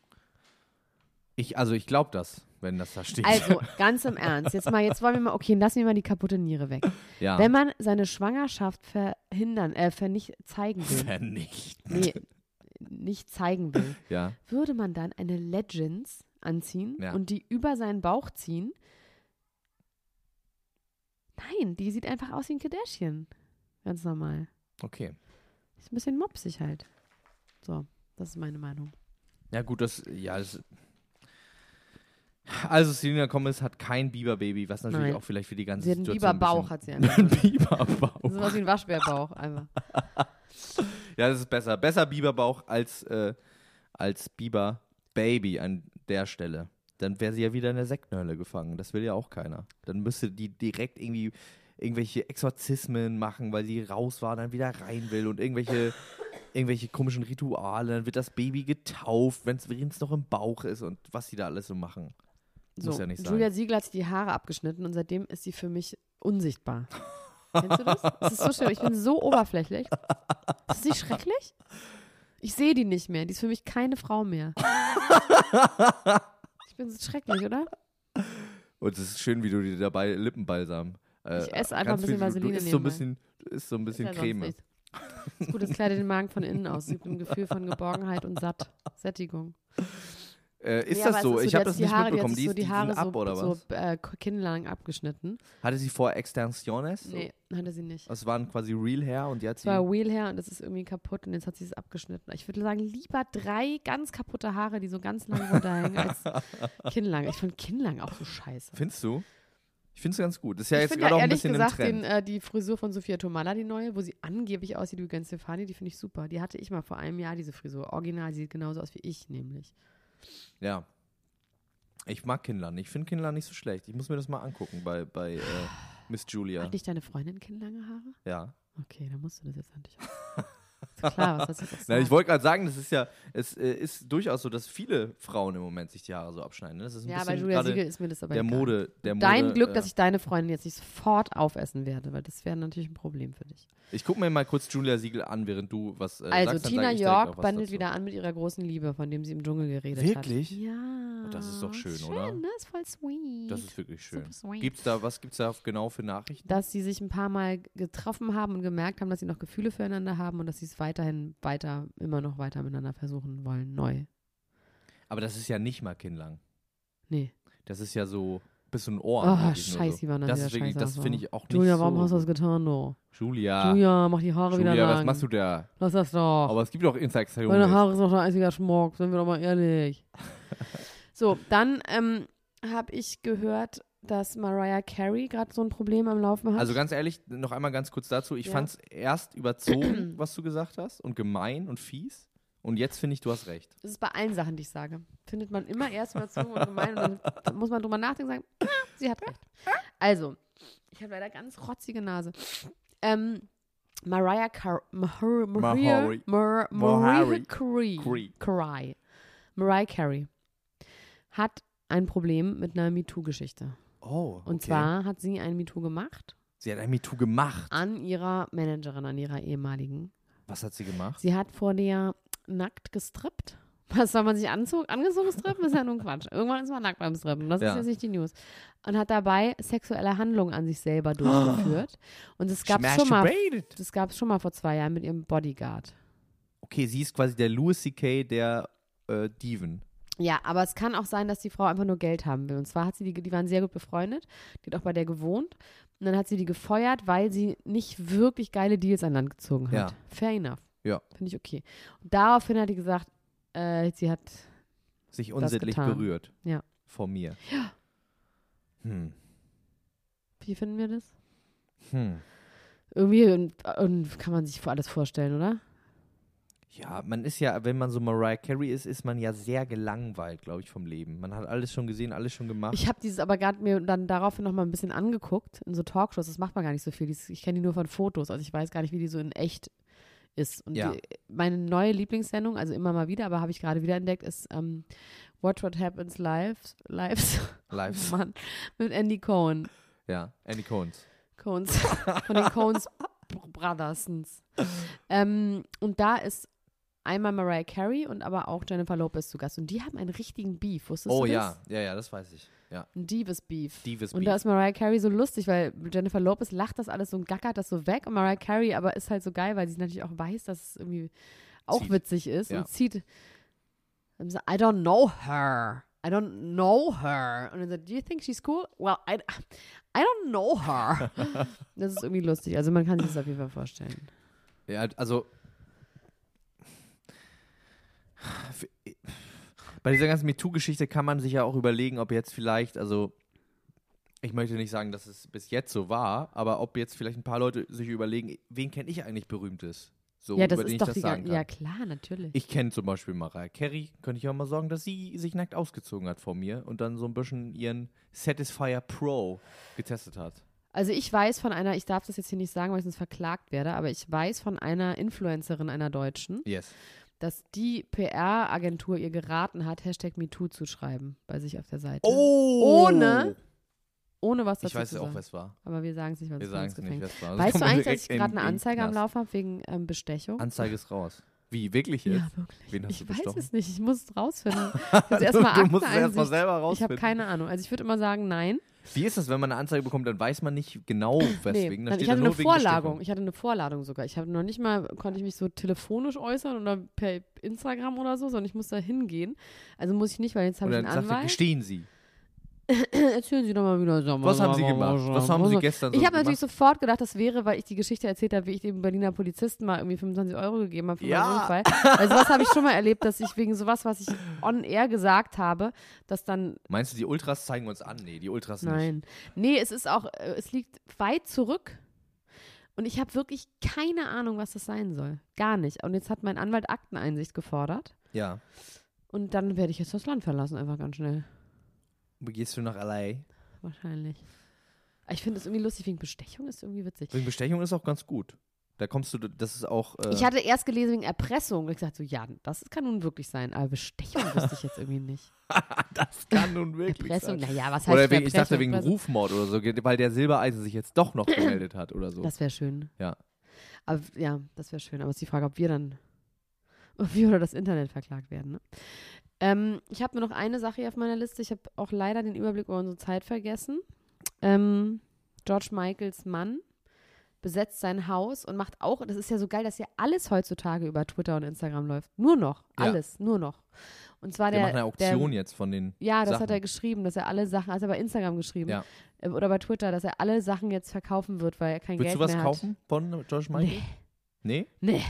[SPEAKER 3] Ich, also ich glaube das, wenn das da steht.
[SPEAKER 4] Also, ganz im Ernst. Jetzt mal, jetzt wollen wir mal, okay, lassen wir mal die kaputte Niere weg.
[SPEAKER 3] [laughs] ja. [laughs]
[SPEAKER 4] Wenn man seine Schwangerschaft verhindern, äh, vernicht, zeigen
[SPEAKER 3] [laughs]
[SPEAKER 4] will,
[SPEAKER 3] nicht.
[SPEAKER 4] nee, nicht zeigen will,
[SPEAKER 3] Ja.
[SPEAKER 4] würde man dann eine Legends anziehen
[SPEAKER 3] Ja.
[SPEAKER 4] und die über seinen Bauch ziehen? Nein, die sieht einfach aus wie ein Kardashian. Ganz normal.
[SPEAKER 3] Okay.
[SPEAKER 4] Ist ein bisschen mopsig halt. So, das ist meine Meinung.
[SPEAKER 3] Ja gut, das, ja, das also Selena Gomez hat kein Biberbaby, was natürlich
[SPEAKER 4] Nein.
[SPEAKER 3] auch vielleicht für die ganze
[SPEAKER 4] Sie hat einen
[SPEAKER 3] Situation ein
[SPEAKER 4] Biberbauch,
[SPEAKER 3] bisschen-
[SPEAKER 4] hat sie
[SPEAKER 3] [laughs]
[SPEAKER 4] Also einfach.
[SPEAKER 3] Ein Biberbauch.
[SPEAKER 4] Das ist was wie ein Waschbärbauch einfach.
[SPEAKER 3] Ja, das ist besser. Besser Biberbauch als, äh, als Biberbaby an der Stelle. Dann wäre sie ja wieder in der Sektenhölle gefangen. Das will ja auch keiner. Dann müsste die direkt irgendwie irgendwelche Exorzismen machen, weil sie raus war, dann wieder rein will und [laughs] irgendwelche, irgendwelche komischen Rituale. Dann wird das Baby getauft, wenn es noch im Bauch ist und was sie da alles so machen.
[SPEAKER 4] So,
[SPEAKER 3] Muss ja nicht sein.
[SPEAKER 4] Julia Siegel hat sich die Haare abgeschnitten und seitdem ist sie für mich unsichtbar. Kennst du das? Das ist so schlimm. Ich bin so oberflächlich. Ist das nicht schrecklich? Ich sehe die nicht mehr. Die ist für mich keine Frau mehr. Ich bin so schrecklich, oder?
[SPEAKER 3] Und es ist schön, wie du dir dabei Lippenbalsam. Äh,
[SPEAKER 4] Ich esse einfach
[SPEAKER 3] ganz
[SPEAKER 4] ein bisschen
[SPEAKER 3] viel-
[SPEAKER 4] Vaseline
[SPEAKER 3] Du isst so ein
[SPEAKER 4] nebenbei.
[SPEAKER 3] bisschen, du isst so ein bisschen
[SPEAKER 4] Ist ja sonst
[SPEAKER 3] Creme.
[SPEAKER 4] nichts. Ist gut, das kleidet den Magen von innen aus. Gibt ein Gefühl von Geborgenheit und satt. Sättigung.
[SPEAKER 3] Äh, ist
[SPEAKER 4] Ja, aber
[SPEAKER 3] das
[SPEAKER 4] es
[SPEAKER 3] so?
[SPEAKER 4] ist
[SPEAKER 3] ich
[SPEAKER 4] die-
[SPEAKER 3] habe
[SPEAKER 4] jetzt
[SPEAKER 3] das
[SPEAKER 4] die
[SPEAKER 3] nicht
[SPEAKER 4] Haare, Jetzt
[SPEAKER 3] mitbekommen.
[SPEAKER 4] ist
[SPEAKER 3] Die,
[SPEAKER 4] so
[SPEAKER 3] ist-
[SPEAKER 4] die
[SPEAKER 3] die
[SPEAKER 4] Haare
[SPEAKER 3] sind ab
[SPEAKER 4] so,
[SPEAKER 3] oder was?
[SPEAKER 4] so äh, kinnlang abgeschnitten.
[SPEAKER 3] Hatte sie vor Extensiones? So?
[SPEAKER 4] Nee, hatte sie nicht.
[SPEAKER 3] Das waren quasi Real Hair und jetzt
[SPEAKER 4] Es war Wheelhair und es ist irgendwie kaputt und jetzt hat sie es abgeschnitten. Ich würde sagen, lieber drei ganz kaputte Haare, die so ganz lang runterhängen,
[SPEAKER 3] [laughs]
[SPEAKER 4] als kinnlang. Ich finde kinnlang auch so scheiße.
[SPEAKER 3] Findest du? Ich finde es ganz gut. Das ist ja
[SPEAKER 4] ich
[SPEAKER 3] jetzt
[SPEAKER 4] finde
[SPEAKER 3] gerade
[SPEAKER 4] ja
[SPEAKER 3] auch ein
[SPEAKER 4] ehrlich
[SPEAKER 3] bisschen
[SPEAKER 4] gesagt
[SPEAKER 3] im Trend.
[SPEAKER 4] den, äh, die Frisur von Sophia Tomala, die neue, wo sie angeblich aussieht wie Gwen Stefani, die finde ich super. Die hatte ich mal vor einem Jahr, diese Frisur. Original, sie sieht genauso aus wie ich nämlich.
[SPEAKER 3] ja. Ich mag Kinlan. Ich finde Kinlan nicht so schlecht. Ich muss mir das mal angucken bei, bei äh, Miss Julia.
[SPEAKER 4] Hat nicht deine Freundin kinnlange Haare?
[SPEAKER 3] Ja.
[SPEAKER 4] Okay, dann musst du das jetzt
[SPEAKER 3] [laughs]
[SPEAKER 4] endlich auch. Ist klar, was hast du jetzt auch
[SPEAKER 3] Nein, ich
[SPEAKER 4] sagen?
[SPEAKER 3] wollte gerade sagen, das ist ja, es äh, ist durchaus so, dass viele Frauen im Moment sich die Haare so abschneiden. ne? Das ist ein
[SPEAKER 4] Ja, bei
[SPEAKER 3] bisschen
[SPEAKER 4] Julia
[SPEAKER 3] gerade
[SPEAKER 4] Siegel ist mir das aber
[SPEAKER 3] der
[SPEAKER 4] egal.
[SPEAKER 3] Mode, der Mode.
[SPEAKER 4] Dein Glück, dass
[SPEAKER 3] äh,
[SPEAKER 4] ich deine Freundin jetzt nicht sofort aufessen werde, weil das wäre natürlich ein Problem für dich.
[SPEAKER 3] Ich gucke mir mal kurz Julia Siegel an, während du was äh,
[SPEAKER 4] also
[SPEAKER 3] sagst. dann
[SPEAKER 4] Tina
[SPEAKER 3] sag ich direkt
[SPEAKER 4] York
[SPEAKER 3] noch was
[SPEAKER 4] bandelt
[SPEAKER 3] dazu.
[SPEAKER 4] wieder an mit ihrer großen Liebe, von dem sie im Dschungel geredet hat.
[SPEAKER 3] Wirklich?
[SPEAKER 4] Ja.
[SPEAKER 3] Oh, das ist doch schön,
[SPEAKER 4] schön
[SPEAKER 3] oder?
[SPEAKER 4] Ne? Ist voll sweet.
[SPEAKER 3] Das ist wirklich schön.
[SPEAKER 4] Super sweet.
[SPEAKER 3] Gibt's da, was gibt's da genau für Nachrichten?
[SPEAKER 4] dass sie sich ein paar Mal getroffen haben und gemerkt haben, dass sie noch Gefühle füreinander haben und dass sie es weiterhin weiter, immer noch weiter miteinander versuchen wollen, neu.
[SPEAKER 3] Aber das ist ja nicht mal kinnlang.
[SPEAKER 4] Nee.
[SPEAKER 3] Das ist ja so bis zum Ohr.
[SPEAKER 4] oh,
[SPEAKER 3] eigentlich nur
[SPEAKER 4] scheiße,
[SPEAKER 3] so.
[SPEAKER 4] die waren dann
[SPEAKER 3] Das
[SPEAKER 4] wieder
[SPEAKER 3] ist wirklich,
[SPEAKER 4] scheiße
[SPEAKER 3] das
[SPEAKER 4] aus,
[SPEAKER 3] finde
[SPEAKER 4] aber-
[SPEAKER 3] ich auch nicht
[SPEAKER 4] Julia,
[SPEAKER 3] so.
[SPEAKER 4] warum hast du das getan, du?
[SPEAKER 3] Julia, Julia,
[SPEAKER 4] Julia, mach die Haare wieder lang.
[SPEAKER 3] was machst du da?
[SPEAKER 4] Lass das doch.
[SPEAKER 3] Aber es gibt auch Interaktionen.
[SPEAKER 4] Meine Haare sind doch ein einziger Schmuck, sind wir doch mal ehrlich.
[SPEAKER 3] [laughs]
[SPEAKER 4] so, dann ähm, habe ich gehört, dass Mariah Carey gerade so ein Problem am Laufen hat.
[SPEAKER 3] Also ganz ehrlich, noch einmal ganz kurz dazu. Ich
[SPEAKER 4] Ja.
[SPEAKER 3] fand's erst
[SPEAKER 4] [clears throat]
[SPEAKER 3] überzogen, was du gesagt hast und gemein und fies. Und jetzt finde ich, du hast recht.
[SPEAKER 4] das ist bei allen Sachen, die ich sage. Findet man immer erst überzogen und gemein und dann-
[SPEAKER 3] [laughs]
[SPEAKER 4] dann muss man drüber nachdenken und sagen, "Ah, sie hat recht. Also, ich habe leider ganz rotzige Nase. Ähm, Mariah Car Mahar Maria,
[SPEAKER 3] Mahari.
[SPEAKER 4] Mar Mariah
[SPEAKER 3] Mahari.
[SPEAKER 4] Carey.
[SPEAKER 3] Carey.
[SPEAKER 4] Carey. Mariah Carey hat ein Problem mit einer MeToo-Geschichte.
[SPEAKER 3] Oh,
[SPEAKER 4] Und zwar hat sie ein MeToo gemacht
[SPEAKER 3] Sie hat ein MeToo gemacht.
[SPEAKER 4] an ihrer Managerin, an ihrer ehemaligen.
[SPEAKER 3] Was hat sie gemacht?
[SPEAKER 4] Sie hat vor der nackt gestrippt. Was soll man sich anzog, angezogen strippen? Ist ja nun Quatsch. Irgendwann ist man nackt beim Strippen. Das ist
[SPEAKER 3] Ja.
[SPEAKER 4] jetzt nicht die News. Und hat dabei sexuelle Handlungen an sich selber durchgeführt. Und es gab schon mal,
[SPEAKER 3] Masturbated.
[SPEAKER 4] das gab es schon mal vor zwei Jahren mit ihrem Bodyguard.
[SPEAKER 3] Okay, sie ist quasi der Louis C.K. der äh, Diven.
[SPEAKER 4] Ja, aber es kann auch sein, dass die Frau einfach nur Geld haben will. Und zwar hat sie, die, die waren sehr gut befreundet, die hat auch bei der gewohnt. Und dann hat sie die gefeuert, weil sie nicht wirklich geile Deals an Land gezogen hat.
[SPEAKER 3] Ja.
[SPEAKER 4] Fair enough.
[SPEAKER 3] Ja.
[SPEAKER 4] Finde ich okay. Und daraufhin hat die gesagt, äh, sie hat,
[SPEAKER 3] Sich unsittlich
[SPEAKER 4] getan.
[SPEAKER 3] berührt.
[SPEAKER 4] Ja.
[SPEAKER 3] Vor mir. Hm.
[SPEAKER 4] wie finden wir das?
[SPEAKER 3] Hm.
[SPEAKER 4] Irgendwie und, und kann man sich vor alles vorstellen, oder?
[SPEAKER 3] Ja, man ist ja, wenn man so Mariah Carey ist, ist man ja sehr gelangweilt, glaube ich, vom Leben. Man hat alles schon gesehen, alles schon gemacht.
[SPEAKER 4] Ich habe dieses aber gerade mir dann daraufhin noch mal ein bisschen angeguckt in so Talkshows. Das macht man gar nicht so viel. Dies- Ich kenne die nur von Fotos. Also ich weiß gar nicht, wie die so in echt ist. Und
[SPEAKER 3] Ja.
[SPEAKER 4] die, meine neue Lieblingssendung, also immer mal wieder, aber habe ich gerade wieder entdeckt, ist ähm, Watch What Happens Lives. Lives. [laughs] oh
[SPEAKER 3] Lives.
[SPEAKER 4] Mann. Mit Andy Cohen.
[SPEAKER 3] Ja, Andy Cohns.
[SPEAKER 4] Coens. Von den Coens Brothersens. Ähm, und da ist einmal Mariah Carey und aber auch Jennifer Lopez zu Gast. Und die haben einen richtigen Beef. Wusstest
[SPEAKER 3] Oh
[SPEAKER 4] du das?
[SPEAKER 3] ja, ja, ja, das weiß ich. Ja.
[SPEAKER 4] Ein Diebes Beef.
[SPEAKER 3] Diebes
[SPEAKER 4] und
[SPEAKER 3] Beef.
[SPEAKER 4] da ist Mariah Carey so lustig, weil Jennifer Lopez lacht das alles so und gackert das so weg. Und Mariah Carey aber ist halt so geil, weil sie natürlich auch weiß, dass es irgendwie auch
[SPEAKER 3] Zieht.
[SPEAKER 4] witzig ist
[SPEAKER 3] Ja.
[SPEAKER 4] und zieht. Und sagt, I don't know her. I don't know her. Und dann sagt, do you think she's cool? Well, I, I don't know
[SPEAKER 3] [laughs]
[SPEAKER 4] her. das ist irgendwie lustig. Also man kann sich das auf jeden Fall vorstellen.
[SPEAKER 3] Ja, also. Bei dieser ganzen MeToo-Geschichte kann man sich ja auch überlegen, ob jetzt vielleicht, also. Ich möchte nicht sagen, dass es bis jetzt so war, aber ob jetzt vielleicht ein paar Leute sich überlegen, wen kenne ich eigentlich Berühmtes? So,
[SPEAKER 4] ja, das
[SPEAKER 3] über den
[SPEAKER 4] ist
[SPEAKER 3] ich
[SPEAKER 4] doch
[SPEAKER 3] das
[SPEAKER 4] die
[SPEAKER 3] sagen
[SPEAKER 4] ganze.
[SPEAKER 3] kann.
[SPEAKER 4] Ja, klar, natürlich.
[SPEAKER 3] Ich kenne zum Beispiel Mariah Carey, könnte ich auch mal sagen, dass sie sich nackt ausgezogen hat vor mir und dann so ein bisschen ihren Satisfier Pro getestet hat.
[SPEAKER 4] Also ich weiß von einer, ich darf das jetzt hier nicht sagen, weil ich sonst verklagt werde, aber ich weiß von einer Influencerin, einer Deutschen,
[SPEAKER 3] Yes.
[SPEAKER 4] dass die PR-Agentur ihr geraten hat, Hashtag MeToo zu schreiben bei sich auf der Seite.
[SPEAKER 3] Oh!
[SPEAKER 4] Ohne- Ohne was dazu
[SPEAKER 3] Ich weiß
[SPEAKER 4] zu
[SPEAKER 3] ja auch,
[SPEAKER 4] sagen.
[SPEAKER 3] wer es war.
[SPEAKER 4] Aber wir sagen es nicht, weil
[SPEAKER 3] Wir
[SPEAKER 4] es
[SPEAKER 3] sagen
[SPEAKER 4] ins
[SPEAKER 3] es nicht, wer
[SPEAKER 4] Gefängnis
[SPEAKER 3] es war.
[SPEAKER 4] Weißt
[SPEAKER 3] Sonst
[SPEAKER 4] du
[SPEAKER 3] kommen wir
[SPEAKER 4] eigentlich, dass
[SPEAKER 3] direkt
[SPEAKER 4] ich gerade
[SPEAKER 3] in-
[SPEAKER 4] eine
[SPEAKER 3] in den
[SPEAKER 4] Anzeige am
[SPEAKER 3] Knast.
[SPEAKER 4] Laufen habe wegen ähm, Bestechung?
[SPEAKER 3] Anzeige ist raus. Wie, wirklich jetzt?
[SPEAKER 4] ja, wirklich.
[SPEAKER 3] Wen hast
[SPEAKER 4] ich
[SPEAKER 3] du
[SPEAKER 4] weiß
[SPEAKER 3] bestochen?
[SPEAKER 4] es nicht, ich muss es
[SPEAKER 3] [laughs]
[SPEAKER 4] rausfinden. Ich muss erst mal
[SPEAKER 3] du musst es
[SPEAKER 4] Akteneinsicht-
[SPEAKER 3] erst mal selber
[SPEAKER 4] Ich habe
[SPEAKER 3] rausfinden.
[SPEAKER 4] keine Ahnung. Also ich würde immer sagen, nein.
[SPEAKER 3] Wie ist das, wenn man eine Anzeige bekommt, dann weiß man nicht genau,
[SPEAKER 4] nee.
[SPEAKER 3] weswegen. Da
[SPEAKER 4] Dann,
[SPEAKER 3] steht
[SPEAKER 4] ich
[SPEAKER 3] dann
[SPEAKER 4] hatte eine
[SPEAKER 3] nur wegen
[SPEAKER 4] Vorladung.
[SPEAKER 3] Bestechung.
[SPEAKER 4] Ich hatte eine Vorladung sogar. Ich habe noch nicht mal, konnte ich mich so telefonisch äußern oder per Instagram oder so, sondern ich muss da hingehen. Also muss ich nicht, weil jetzt habe
[SPEAKER 3] Und
[SPEAKER 4] ich einen
[SPEAKER 3] dann sagt er,
[SPEAKER 4] Anwalt.
[SPEAKER 3] gestehen Sie.
[SPEAKER 4] [laughs] Erzählen Sie doch mal wieder. Sag mal,
[SPEAKER 3] Was haben
[SPEAKER 4] sag
[SPEAKER 3] Sie
[SPEAKER 4] mal,
[SPEAKER 3] gemacht?
[SPEAKER 4] sag mal,
[SPEAKER 3] Was haben
[SPEAKER 4] sag
[SPEAKER 3] Sie
[SPEAKER 4] mal.
[SPEAKER 3] gestern so
[SPEAKER 4] Ich habe natürlich
[SPEAKER 3] gemacht?
[SPEAKER 4] sofort gedacht, das wäre, weil ich die Geschichte erzählt habe, wie ich dem Berliner Polizisten mal irgendwie 25 Euro gegeben habe für
[SPEAKER 3] Ja.
[SPEAKER 4] meinen Unfall. Also was habe ich schon mal erlebt, dass ich wegen sowas, was ich on air gesagt habe, dass dann
[SPEAKER 3] Meinst du, die Ultras zeigen uns an? Nee, die Ultras nicht.
[SPEAKER 4] nein, nee, es ist auch, äh, es liegt weit zurück. Und ich habe wirklich keine Ahnung, was das sein soll. Gar nicht. Und jetzt hat mein Anwalt Akteneinsicht gefordert.
[SPEAKER 3] Ja.
[SPEAKER 4] Und dann werde ich jetzt das Land verlassen, einfach ganz schnell.
[SPEAKER 3] Gehst du nach L.A.?
[SPEAKER 4] Wahrscheinlich. Ich finde es irgendwie lustig, wegen Bestechung ist irgendwie witzig.
[SPEAKER 3] Wegen Bestechung ist auch ganz gut. Da kommst du, das ist auch. Äh,
[SPEAKER 4] Ich hatte erst gelesen wegen Erpressung. Und ich dachte so, ja, das kann nun wirklich sein. Aber Bestechung wusste ich jetzt irgendwie nicht.
[SPEAKER 3] das kann nun [laughs] wirklich
[SPEAKER 4] Erpressung,
[SPEAKER 3] sein.
[SPEAKER 4] naja, was heißt
[SPEAKER 3] Oder wegen, ich dachte
[SPEAKER 4] Erpressung? Also
[SPEAKER 3] wegen
[SPEAKER 4] Erpressung?
[SPEAKER 3] Rufmord oder so, weil der Silbereisen sich jetzt
[SPEAKER 4] [clears throat]
[SPEAKER 3] doch noch gemeldet hat oder so.
[SPEAKER 4] Das wäre schön.
[SPEAKER 3] Ja.
[SPEAKER 4] Aber ja, das wäre schön. Aber es ist die Frage, ob wir dann, [laughs] ob wir oder das Internet verklagt werden. Ne? Ähm, ich habe nur noch eine Sache hier auf meiner Liste. Ich habe auch leider den Überblick über unsere Zeit vergessen. Ähm, George Michaels Mann besetzt sein Haus und macht auch, das ist ja so geil, dass ja alles heutzutage über Twitter und Instagram läuft. Nur noch,
[SPEAKER 3] Ja.
[SPEAKER 4] alles, nur noch. Und zwar
[SPEAKER 3] Wir
[SPEAKER 4] Ah, der,
[SPEAKER 3] machen eine
[SPEAKER 4] der
[SPEAKER 3] Auktion jetzt von den.
[SPEAKER 4] Ja, das
[SPEAKER 3] Sachen.
[SPEAKER 4] hat er geschrieben, dass er alle Sachen, hat er bei Instagram geschrieben
[SPEAKER 3] Ja.
[SPEAKER 4] äh, oder bei Twitter, dass er alle Sachen jetzt verkaufen wird, weil er kein
[SPEAKER 3] Willst
[SPEAKER 4] Geld
[SPEAKER 3] du was
[SPEAKER 4] mehr
[SPEAKER 3] kaufen von George
[SPEAKER 4] hat.
[SPEAKER 3] Michael?
[SPEAKER 4] Nee,
[SPEAKER 3] Nee?
[SPEAKER 4] nee,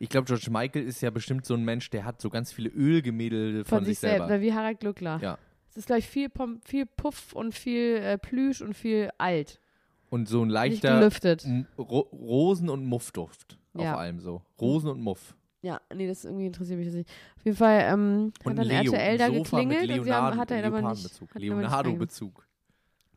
[SPEAKER 3] Ich glaube, George Michael ist ja bestimmt so ein Mensch, der hat so ganz viele Ölgemälde
[SPEAKER 4] von,
[SPEAKER 3] von, sich selber.
[SPEAKER 4] Na, wie Harald Glückler.
[SPEAKER 3] Ja.
[SPEAKER 4] Es ist, glaube ich, viel, Pom viel Puff und viel äh, Plüsch und viel alt.
[SPEAKER 3] Und so ein
[SPEAKER 4] Nicht
[SPEAKER 3] leichter
[SPEAKER 4] gelüftet.
[SPEAKER 3] M- Ro Rosen- und Muffduft.
[SPEAKER 4] Ja.
[SPEAKER 3] Auf allem so. Rosen und Muff.
[SPEAKER 4] Ja, nee, das irgendwie interessiert mich das nicht. Auf jeden Fall ähm,
[SPEAKER 3] Und
[SPEAKER 4] hat dann
[SPEAKER 3] Leo.
[SPEAKER 4] RTL da
[SPEAKER 3] ein Sofa
[SPEAKER 4] geklingelt
[SPEAKER 3] mit
[SPEAKER 4] und wir haben,
[SPEAKER 3] Leonardo,
[SPEAKER 4] hat er aber nicht.
[SPEAKER 3] Leopardenbezug.
[SPEAKER 4] hat er aber nicht reingekommen.
[SPEAKER 3] Leonardo-Bezug.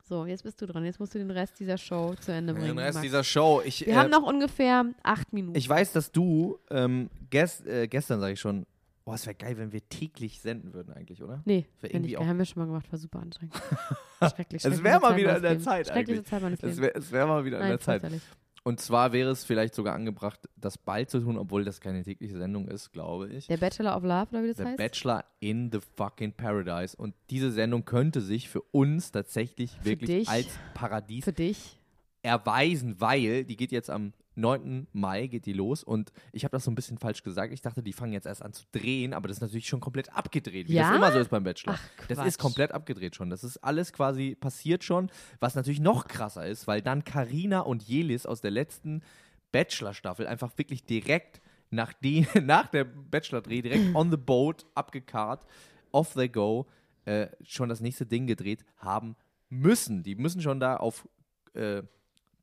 [SPEAKER 4] So, jetzt bist du dran. Jetzt musst du den Rest dieser Show zu Ende bringen.
[SPEAKER 3] Den Rest
[SPEAKER 4] Max.
[SPEAKER 3] dieser Show. Ich,
[SPEAKER 4] wir
[SPEAKER 3] äh,
[SPEAKER 4] haben noch ungefähr acht Minuten.
[SPEAKER 3] Ich weiß, dass du ähm, ges äh, gestern sage ich schon, oh, es wäre geil, wenn wir täglich senden würden eigentlich, oder?
[SPEAKER 4] Nee, wenn
[SPEAKER 3] Wär irgendwie
[SPEAKER 4] nicht.
[SPEAKER 3] auch-
[SPEAKER 4] Wir haben wir schon mal gemacht, war super
[SPEAKER 3] [laughs]
[SPEAKER 4] anstrengend. Schrecklich,
[SPEAKER 3] Es
[SPEAKER 4] schreckliche
[SPEAKER 3] wäre mal
[SPEAKER 4] Zeit
[SPEAKER 3] wieder
[SPEAKER 4] meines
[SPEAKER 3] in der
[SPEAKER 4] Lebens.
[SPEAKER 3] Zeit
[SPEAKER 4] Schreckliche
[SPEAKER 3] eigentlich.
[SPEAKER 4] Zeit meines Lebens.
[SPEAKER 3] Es wäre es wär mal wieder an
[SPEAKER 4] Nein,
[SPEAKER 3] der Zeit.
[SPEAKER 4] fürchterlich.
[SPEAKER 3] Und zwar wäre es vielleicht sogar angebracht, das bald zu tun, obwohl das keine tägliche Sendung ist, glaube ich.
[SPEAKER 4] Der Bachelor of Love, oder wie das
[SPEAKER 3] The
[SPEAKER 4] heißt?
[SPEAKER 3] Bachelor in the fucking Paradise. Und diese Sendung könnte sich für uns tatsächlich wirklich
[SPEAKER 4] dich.
[SPEAKER 3] als Paradies
[SPEAKER 4] Für dich.
[SPEAKER 3] erweisen, weil die geht jetzt am 9. Mai geht die los und ich habe das so ein bisschen falsch gesagt. Ich dachte, die fangen jetzt erst an zu drehen, aber das ist natürlich schon komplett abgedreht, wie
[SPEAKER 1] Ja?
[SPEAKER 3] das immer so ist beim Bachelor.
[SPEAKER 1] Ach,
[SPEAKER 3] das
[SPEAKER 1] Quatsch.
[SPEAKER 3] ist komplett abgedreht schon. Das ist alles quasi passiert schon, was natürlich noch krasser ist, weil dann Karina und Jelis aus der letzten Bachelor-Staffel einfach wirklich direkt nach, die, [laughs] nach der Bachelor-Dreh, direkt on the boat, abgekarrt, off they go, äh, schon das nächste Ding gedreht haben müssen. Die müssen schon da auf äh,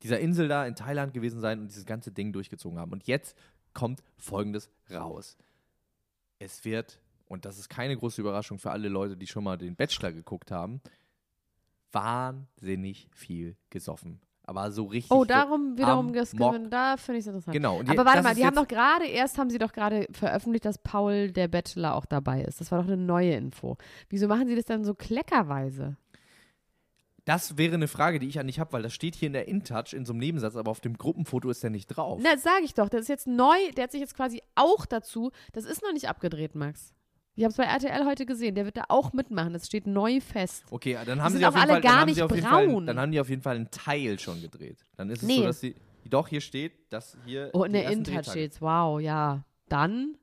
[SPEAKER 3] dieser Insel da in Thailand gewesen sein und dieses ganze Ding durchgezogen haben. Und jetzt kommt Folgendes raus. Es wird, und das ist keine große Überraschung für alle Leute, die schon mal den Bachelor geguckt haben, wahnsinnig viel gesoffen. Aber so richtig.
[SPEAKER 4] Oh, darum
[SPEAKER 3] so
[SPEAKER 4] wiederum
[SPEAKER 3] am
[SPEAKER 4] geskinnen.
[SPEAKER 3] Mock.
[SPEAKER 4] Da finde ich es interessant.
[SPEAKER 3] Genau. Und die-
[SPEAKER 4] Aber warte
[SPEAKER 3] das
[SPEAKER 4] mal,
[SPEAKER 3] ist
[SPEAKER 4] die haben
[SPEAKER 3] jetzt-
[SPEAKER 4] doch gerade, erst haben sie doch gerade veröffentlicht, dass Paul der Bachelor auch dabei ist. Das war doch eine neue Info. Wieso machen sie das dann so kleckerweise?
[SPEAKER 3] Das wäre eine Frage, die ich an dich habe, weil das steht hier in der InTouch in so einem Nebensatz, aber auf dem Gruppenfoto ist der nicht drauf.
[SPEAKER 4] Na, sage ich doch, das ist jetzt neu, der hat sich jetzt quasi auch dazu, das ist noch nicht abgedreht, Max. Ich habe es bei RTL heute gesehen, der wird da auch mitmachen, das steht neu fest.
[SPEAKER 3] Okay, dann haben
[SPEAKER 4] sind
[SPEAKER 3] sie auf
[SPEAKER 4] auch
[SPEAKER 3] jeden
[SPEAKER 4] alle
[SPEAKER 3] Fall, dann
[SPEAKER 4] gar
[SPEAKER 3] haben
[SPEAKER 4] nicht
[SPEAKER 3] sie auf jeden Fall,
[SPEAKER 4] braun.
[SPEAKER 3] dann haben die auf jeden Fall einen Teil schon gedreht. Dann ist es
[SPEAKER 4] Nee.
[SPEAKER 3] so, dass sie doch hier steht, dass hier
[SPEAKER 4] Oh, in
[SPEAKER 3] die
[SPEAKER 4] der
[SPEAKER 3] ersten
[SPEAKER 4] Intat
[SPEAKER 3] Drehtage-
[SPEAKER 4] steht's, wow, ja. Dann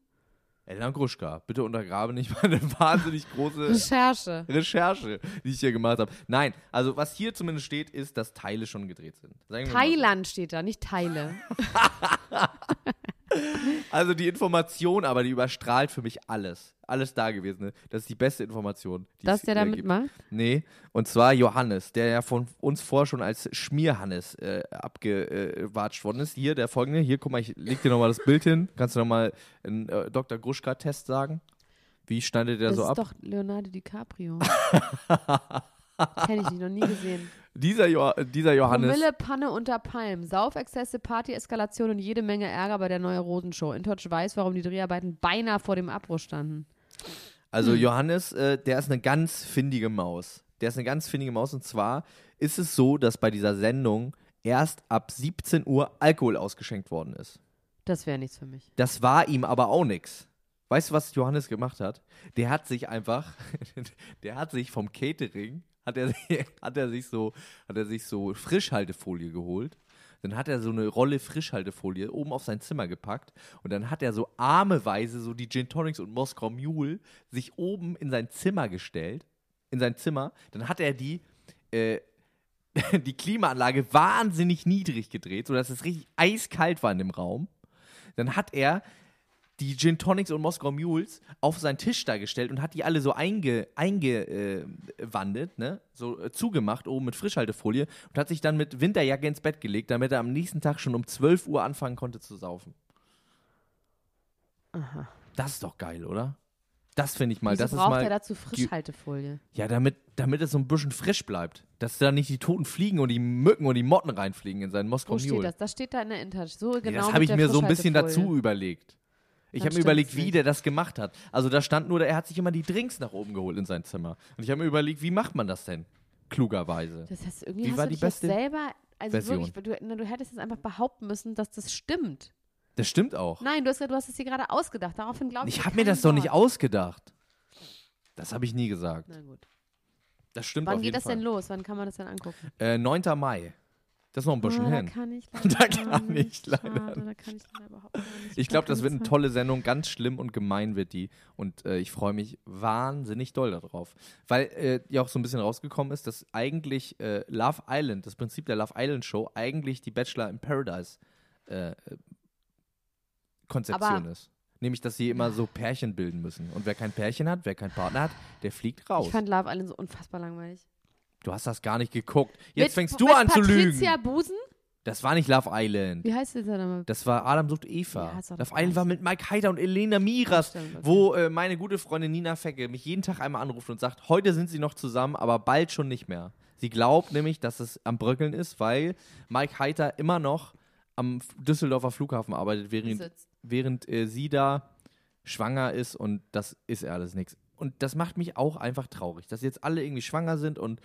[SPEAKER 3] Elena Gruschka, bitte untergrabe nicht meine [laughs] wahnsinnig große
[SPEAKER 4] Recherche.
[SPEAKER 3] Recherche, die ich hier gemacht habe. Nein, also was hier zumindest steht, ist, dass Teile schon gedreht sind. Sagen wir mal so.
[SPEAKER 4] Thailand steht da, nicht
[SPEAKER 3] [laughs]
[SPEAKER 4] Teile.
[SPEAKER 3] Also die Information, aber die überstrahlt für mich alles. Alles Dagewesene. Das ist die beste Information. Die
[SPEAKER 4] Dass
[SPEAKER 3] es
[SPEAKER 4] der da
[SPEAKER 3] hier gibt.
[SPEAKER 4] mitmacht?
[SPEAKER 3] Nee, und zwar Johannes, der ja von uns vorher schon als Schmierhannes äh, abgewatscht worden ist. Hier der folgende, hier guck mal, ich leg dir nochmal das Bild hin. Kannst du nochmal einen äh, Dr. Gruschka-Test sagen? Wie schneidet er
[SPEAKER 4] Das
[SPEAKER 3] so
[SPEAKER 4] ist
[SPEAKER 3] ab?
[SPEAKER 4] doch Leonardo
[SPEAKER 3] [laughs]
[SPEAKER 4] DiCaprio. Kenn ich nicht, noch nie gesehen.
[SPEAKER 3] Dieser, jo dieser Johannes.
[SPEAKER 4] Promille, Panne unter Palm, Saufexzesse, Party-Eskalation und jede Menge Ärger bei der neuen Rosenshow. Intouch weiß, warum die Dreharbeiten beinahe vor dem Abbruch standen. Hm.
[SPEAKER 3] Also Johannes, äh, der ist eine ganz findige Maus. Der ist eine ganz findige Maus. Und zwar ist es so, dass bei dieser Sendung erst ab 17 Uhr Alkohol ausgeschenkt worden ist.
[SPEAKER 4] Das wäre nichts für mich.
[SPEAKER 3] Das war ihm aber auch nix. Weißt du, was Johannes gemacht hat? Der hat sich einfach, [laughs] der hat sich vom Catering, hat er, sich- [laughs] hat er sich so, hat er sich so Frischhaltefolie geholt. Dann hat er so eine Rolle Frischhaltefolie oben auf sein Zimmer gepackt und dann hat er so armeweise so die Gin Tonics und Moskau Mule sich oben in sein Zimmer gestellt, in sein Zimmer. Dann hat er die äh, [laughs] die Klimaanlage wahnsinnig niedrig gedreht, sodass es richtig eiskalt war in dem Raum. Dann hat er die Gin Tonics und Moskau Mules auf seinen Tisch da gestellt und hat die alle so einge, eingewandelt, ne? so äh, zugemacht, oben mit Frischhaltefolie und hat sich dann mit Winterjacke ins Bett gelegt, damit er am nächsten Tag schon um 12 Uhr anfangen konnte zu saufen. Das ist doch geil, oder? Das finde ich mal.
[SPEAKER 4] Wieso
[SPEAKER 3] das ist
[SPEAKER 4] braucht
[SPEAKER 3] mal
[SPEAKER 4] er dazu Frischhaltefolie?
[SPEAKER 3] ja, damit, damit es so ein bisschen frisch bleibt. Dass da nicht die toten Fliegen und die Mücken und die Motten reinfliegen in seinen Moskau
[SPEAKER 4] Wo steht
[SPEAKER 3] Mule.
[SPEAKER 4] das? Das steht da in der Intouch. So genau.
[SPEAKER 3] Nee, das
[SPEAKER 4] mit
[SPEAKER 3] habe ich
[SPEAKER 4] der
[SPEAKER 3] mir so ein bisschen dazu
[SPEAKER 4] Frischhaltefolie.
[SPEAKER 3] überlegt. Ich
[SPEAKER 4] Dann
[SPEAKER 3] habe mir überlegt,
[SPEAKER 4] stimmt's
[SPEAKER 3] wie
[SPEAKER 4] nicht.
[SPEAKER 3] der das gemacht hat. Also da stand nur, er hat sich immer die Drinks nach oben geholt in sein Zimmer. Und ich habe mir überlegt, wie macht man das denn? Klugerweise.
[SPEAKER 4] Das heißt, irgendwie
[SPEAKER 3] Wie
[SPEAKER 4] hast
[SPEAKER 3] war
[SPEAKER 4] du
[SPEAKER 3] die
[SPEAKER 4] dich jetzt
[SPEAKER 3] beste
[SPEAKER 4] selber. Also
[SPEAKER 3] Version?
[SPEAKER 4] wirklich, du, na, du hättest jetzt einfach behaupten müssen, dass das stimmt.
[SPEAKER 3] Das stimmt auch.
[SPEAKER 4] Nein, du hast, du hast es dir gerade ausgedacht. Daraufhin glaube ich.
[SPEAKER 3] Ich habe
[SPEAKER 4] kein
[SPEAKER 3] mir das doch nicht
[SPEAKER 4] Wort.
[SPEAKER 3] ausgedacht. Das habe ich nie gesagt.
[SPEAKER 4] Na gut.
[SPEAKER 3] Das stimmt
[SPEAKER 4] Wann
[SPEAKER 3] auf
[SPEAKER 4] geht
[SPEAKER 3] jeden
[SPEAKER 4] das
[SPEAKER 3] Fall.
[SPEAKER 4] denn los? Wann kann man das denn angucken?
[SPEAKER 3] Äh, 9. Mai. Das ist noch ein bisschen
[SPEAKER 4] Ah,
[SPEAKER 3] hin.
[SPEAKER 4] Da kann ich leider,
[SPEAKER 3] [laughs] Da
[SPEAKER 4] gar
[SPEAKER 3] kann ich
[SPEAKER 4] nicht.
[SPEAKER 3] leider
[SPEAKER 4] Schade, Ah, da kann ich leider überhaupt gar nicht.
[SPEAKER 3] Ich glaube,
[SPEAKER 4] Da
[SPEAKER 3] das wird eine
[SPEAKER 4] kann
[SPEAKER 3] tolle Sendung, ganz schlimm und gemein wird die. Und äh, ich freue mich wahnsinnig doll darauf. Weil äh, ja auch so ein bisschen rausgekommen ist, dass eigentlich äh, Love Island, das Prinzip der Love Island Show, eigentlich die Bachelor in Paradise äh, äh, Konzeption
[SPEAKER 4] Aber-
[SPEAKER 3] ist. Nämlich, dass sie immer so Pärchen bilden müssen. Und wer kein Pärchen hat, wer keinen Partner hat, der fliegt
[SPEAKER 4] sein.
[SPEAKER 3] raus.
[SPEAKER 4] Ich fand Love Island so unfassbar langweilig.
[SPEAKER 3] Du hast das gar nicht geguckt. Jetzt
[SPEAKER 4] Mit-
[SPEAKER 3] fängst du
[SPEAKER 4] mit
[SPEAKER 3] an zu
[SPEAKER 4] Patricia
[SPEAKER 3] lügen.
[SPEAKER 4] Busen?
[SPEAKER 3] Das war nicht Love Island.
[SPEAKER 4] Wie heißt sie denn nochmal?
[SPEAKER 3] Das war Adam sucht Eva.
[SPEAKER 4] Ja, ist doch
[SPEAKER 3] Love
[SPEAKER 4] das
[SPEAKER 3] Island war
[SPEAKER 4] Gleiche.
[SPEAKER 3] mit Mike Heider und Elena Miras,
[SPEAKER 4] Stimmt, okay.
[SPEAKER 3] wo äh, meine gute Freundin Nina Fecke mich jeden Tag einmal anruft und sagt, heute sind sie noch zusammen, aber bald schon nicht mehr. Sie glaubt nämlich, dass es am Bröckeln ist, weil Mike Heiter immer noch am F- Düsseldorfer Flughafen arbeitet, während,
[SPEAKER 4] Sitzt.
[SPEAKER 3] während äh, sie da schwanger ist und das ist ja alles nichts. Und das macht mich auch einfach traurig, dass jetzt alle irgendwie schwanger sind und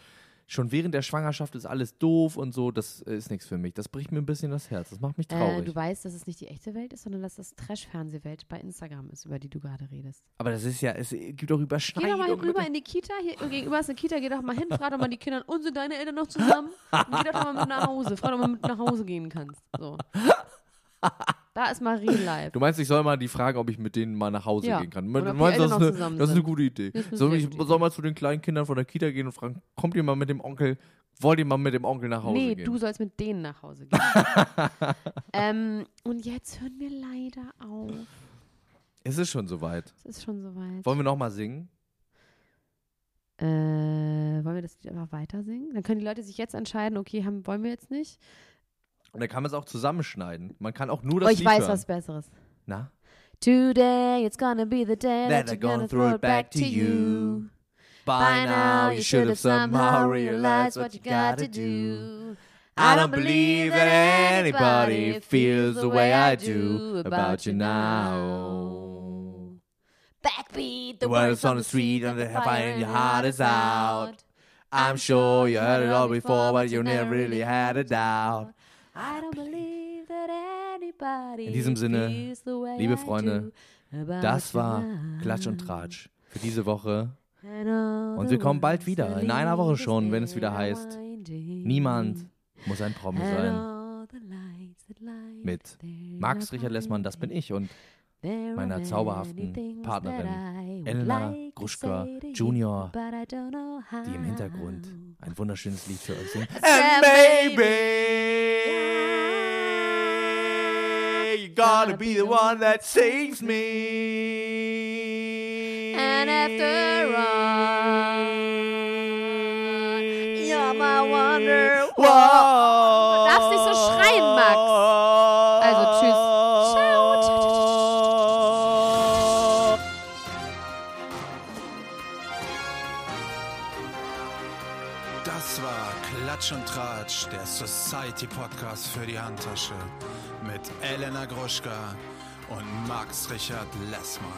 [SPEAKER 3] schon während der Schwangerschaft ist alles doof und so, das äh, ist nichts für mich. Das bricht mir ein bisschen das Herz, das macht mich
[SPEAKER 4] Äh,
[SPEAKER 3] traurig.
[SPEAKER 4] du weißt, dass es nicht die echte Welt ist, sondern dass das Trash-Fernsehwelt bei Instagram ist, über die du gerade redest.
[SPEAKER 3] Aber das ist ja, es gibt auch
[SPEAKER 4] Geh doch
[SPEAKER 3] Überschneidungen.
[SPEAKER 4] mal rüber in die Kita. Hier oh, gegenüber ist eine Kita. Geh doch mal hin, frag doch mal die Kinder, und sind deine Eltern noch zusammen? Und geh doch mal mit nach Hause. Frag doch mal, mit nach Hause gehen kannst. So. Da ist mal Real Life.
[SPEAKER 3] Du meinst, ich soll mal die fragen, ob ich mit denen mal nach Hause
[SPEAKER 4] Ja.
[SPEAKER 3] gehen kann.
[SPEAKER 4] Oder
[SPEAKER 3] du
[SPEAKER 4] ob die
[SPEAKER 3] meinst,
[SPEAKER 4] Eltern noch
[SPEAKER 3] das, ist eine,
[SPEAKER 4] zusammen
[SPEAKER 3] das ist eine
[SPEAKER 4] sind.
[SPEAKER 3] gute Idee.
[SPEAKER 4] Das ist eine
[SPEAKER 3] Soll
[SPEAKER 4] sehr
[SPEAKER 3] ich
[SPEAKER 4] gute
[SPEAKER 3] soll mal zu den kleinen Kindern von der Kita gehen und fragen, kommt ihr mal mit dem Onkel, wollt ihr mal mit dem Onkel nach Hause
[SPEAKER 4] nee,
[SPEAKER 3] [laughs] gehen?
[SPEAKER 4] du sollst mit denen nach Hause
[SPEAKER 3] [laughs]
[SPEAKER 4] gehen. ähm, und jetzt hören wir leider auf.
[SPEAKER 3] Es ist schon soweit.
[SPEAKER 4] Es ist schon soweit.
[SPEAKER 3] Wollen wir noch mal singen?
[SPEAKER 4] Äh, wollen wir das Lied einfach weiter singen? Dann können die Leute sich jetzt entscheiden, okay, haben, wollen wir jetzt nicht?
[SPEAKER 3] Und dann kann man es auch zusammenschneiden. Man kann auch nur das
[SPEAKER 4] Oh, ich
[SPEAKER 3] Lied
[SPEAKER 4] weiß
[SPEAKER 3] hören.
[SPEAKER 4] was Besseres.
[SPEAKER 3] Na?
[SPEAKER 4] Today it's gonna be the day
[SPEAKER 3] That
[SPEAKER 4] that,
[SPEAKER 3] I'm
[SPEAKER 4] I'm
[SPEAKER 3] gonna
[SPEAKER 4] gonna throw it back to you. By now you should have somehow realized what you got to do. I don't believe that anybody feels the way I do about you now. Backbeat, the word is on the street and the fire in your heart is out.
[SPEAKER 3] I'm sure you heard it all before, but you never really had a doubt.
[SPEAKER 4] I don't believe that anybody
[SPEAKER 3] In diesem Sinne,
[SPEAKER 4] feels the way
[SPEAKER 3] liebe
[SPEAKER 4] I
[SPEAKER 3] Freunde,
[SPEAKER 4] do about
[SPEAKER 3] Das
[SPEAKER 4] you
[SPEAKER 3] war
[SPEAKER 4] now.
[SPEAKER 3] Klatsch und Tratsch für diese Woche.
[SPEAKER 4] And all
[SPEAKER 3] Und
[SPEAKER 4] the
[SPEAKER 3] wir kommen bald
[SPEAKER 4] words
[SPEAKER 3] wieder,
[SPEAKER 4] that
[SPEAKER 3] in einer Woche
[SPEAKER 4] lead us
[SPEAKER 3] schon, wenn es wieder
[SPEAKER 4] in a
[SPEAKER 3] heißt,
[SPEAKER 4] winding.
[SPEAKER 3] Niemand muss ein Promi
[SPEAKER 4] And
[SPEAKER 3] sein.
[SPEAKER 4] all the lights that light
[SPEAKER 3] Mit
[SPEAKER 4] their
[SPEAKER 3] Max Richard Lessmann, das bin ich. Und meiner zauberhaften Partnerin Elena Gruschka Junior, die
[SPEAKER 4] Ah.
[SPEAKER 3] im Hintergrund ein wunderschönes Lied für euch singt.
[SPEAKER 4] And
[SPEAKER 3] maybe you gotta be the one that saves me.
[SPEAKER 4] And after all, you're my wonder. Du
[SPEAKER 3] Wow.
[SPEAKER 4] darfst nicht so schreien, Max. Also, tschüss. Ciao.
[SPEAKER 3] Ciao.
[SPEAKER 2] Das war Klatsch und Tratsch, der Society Podcast für die Handtasche mit Elena Gruschka und Max Richard Lessmann.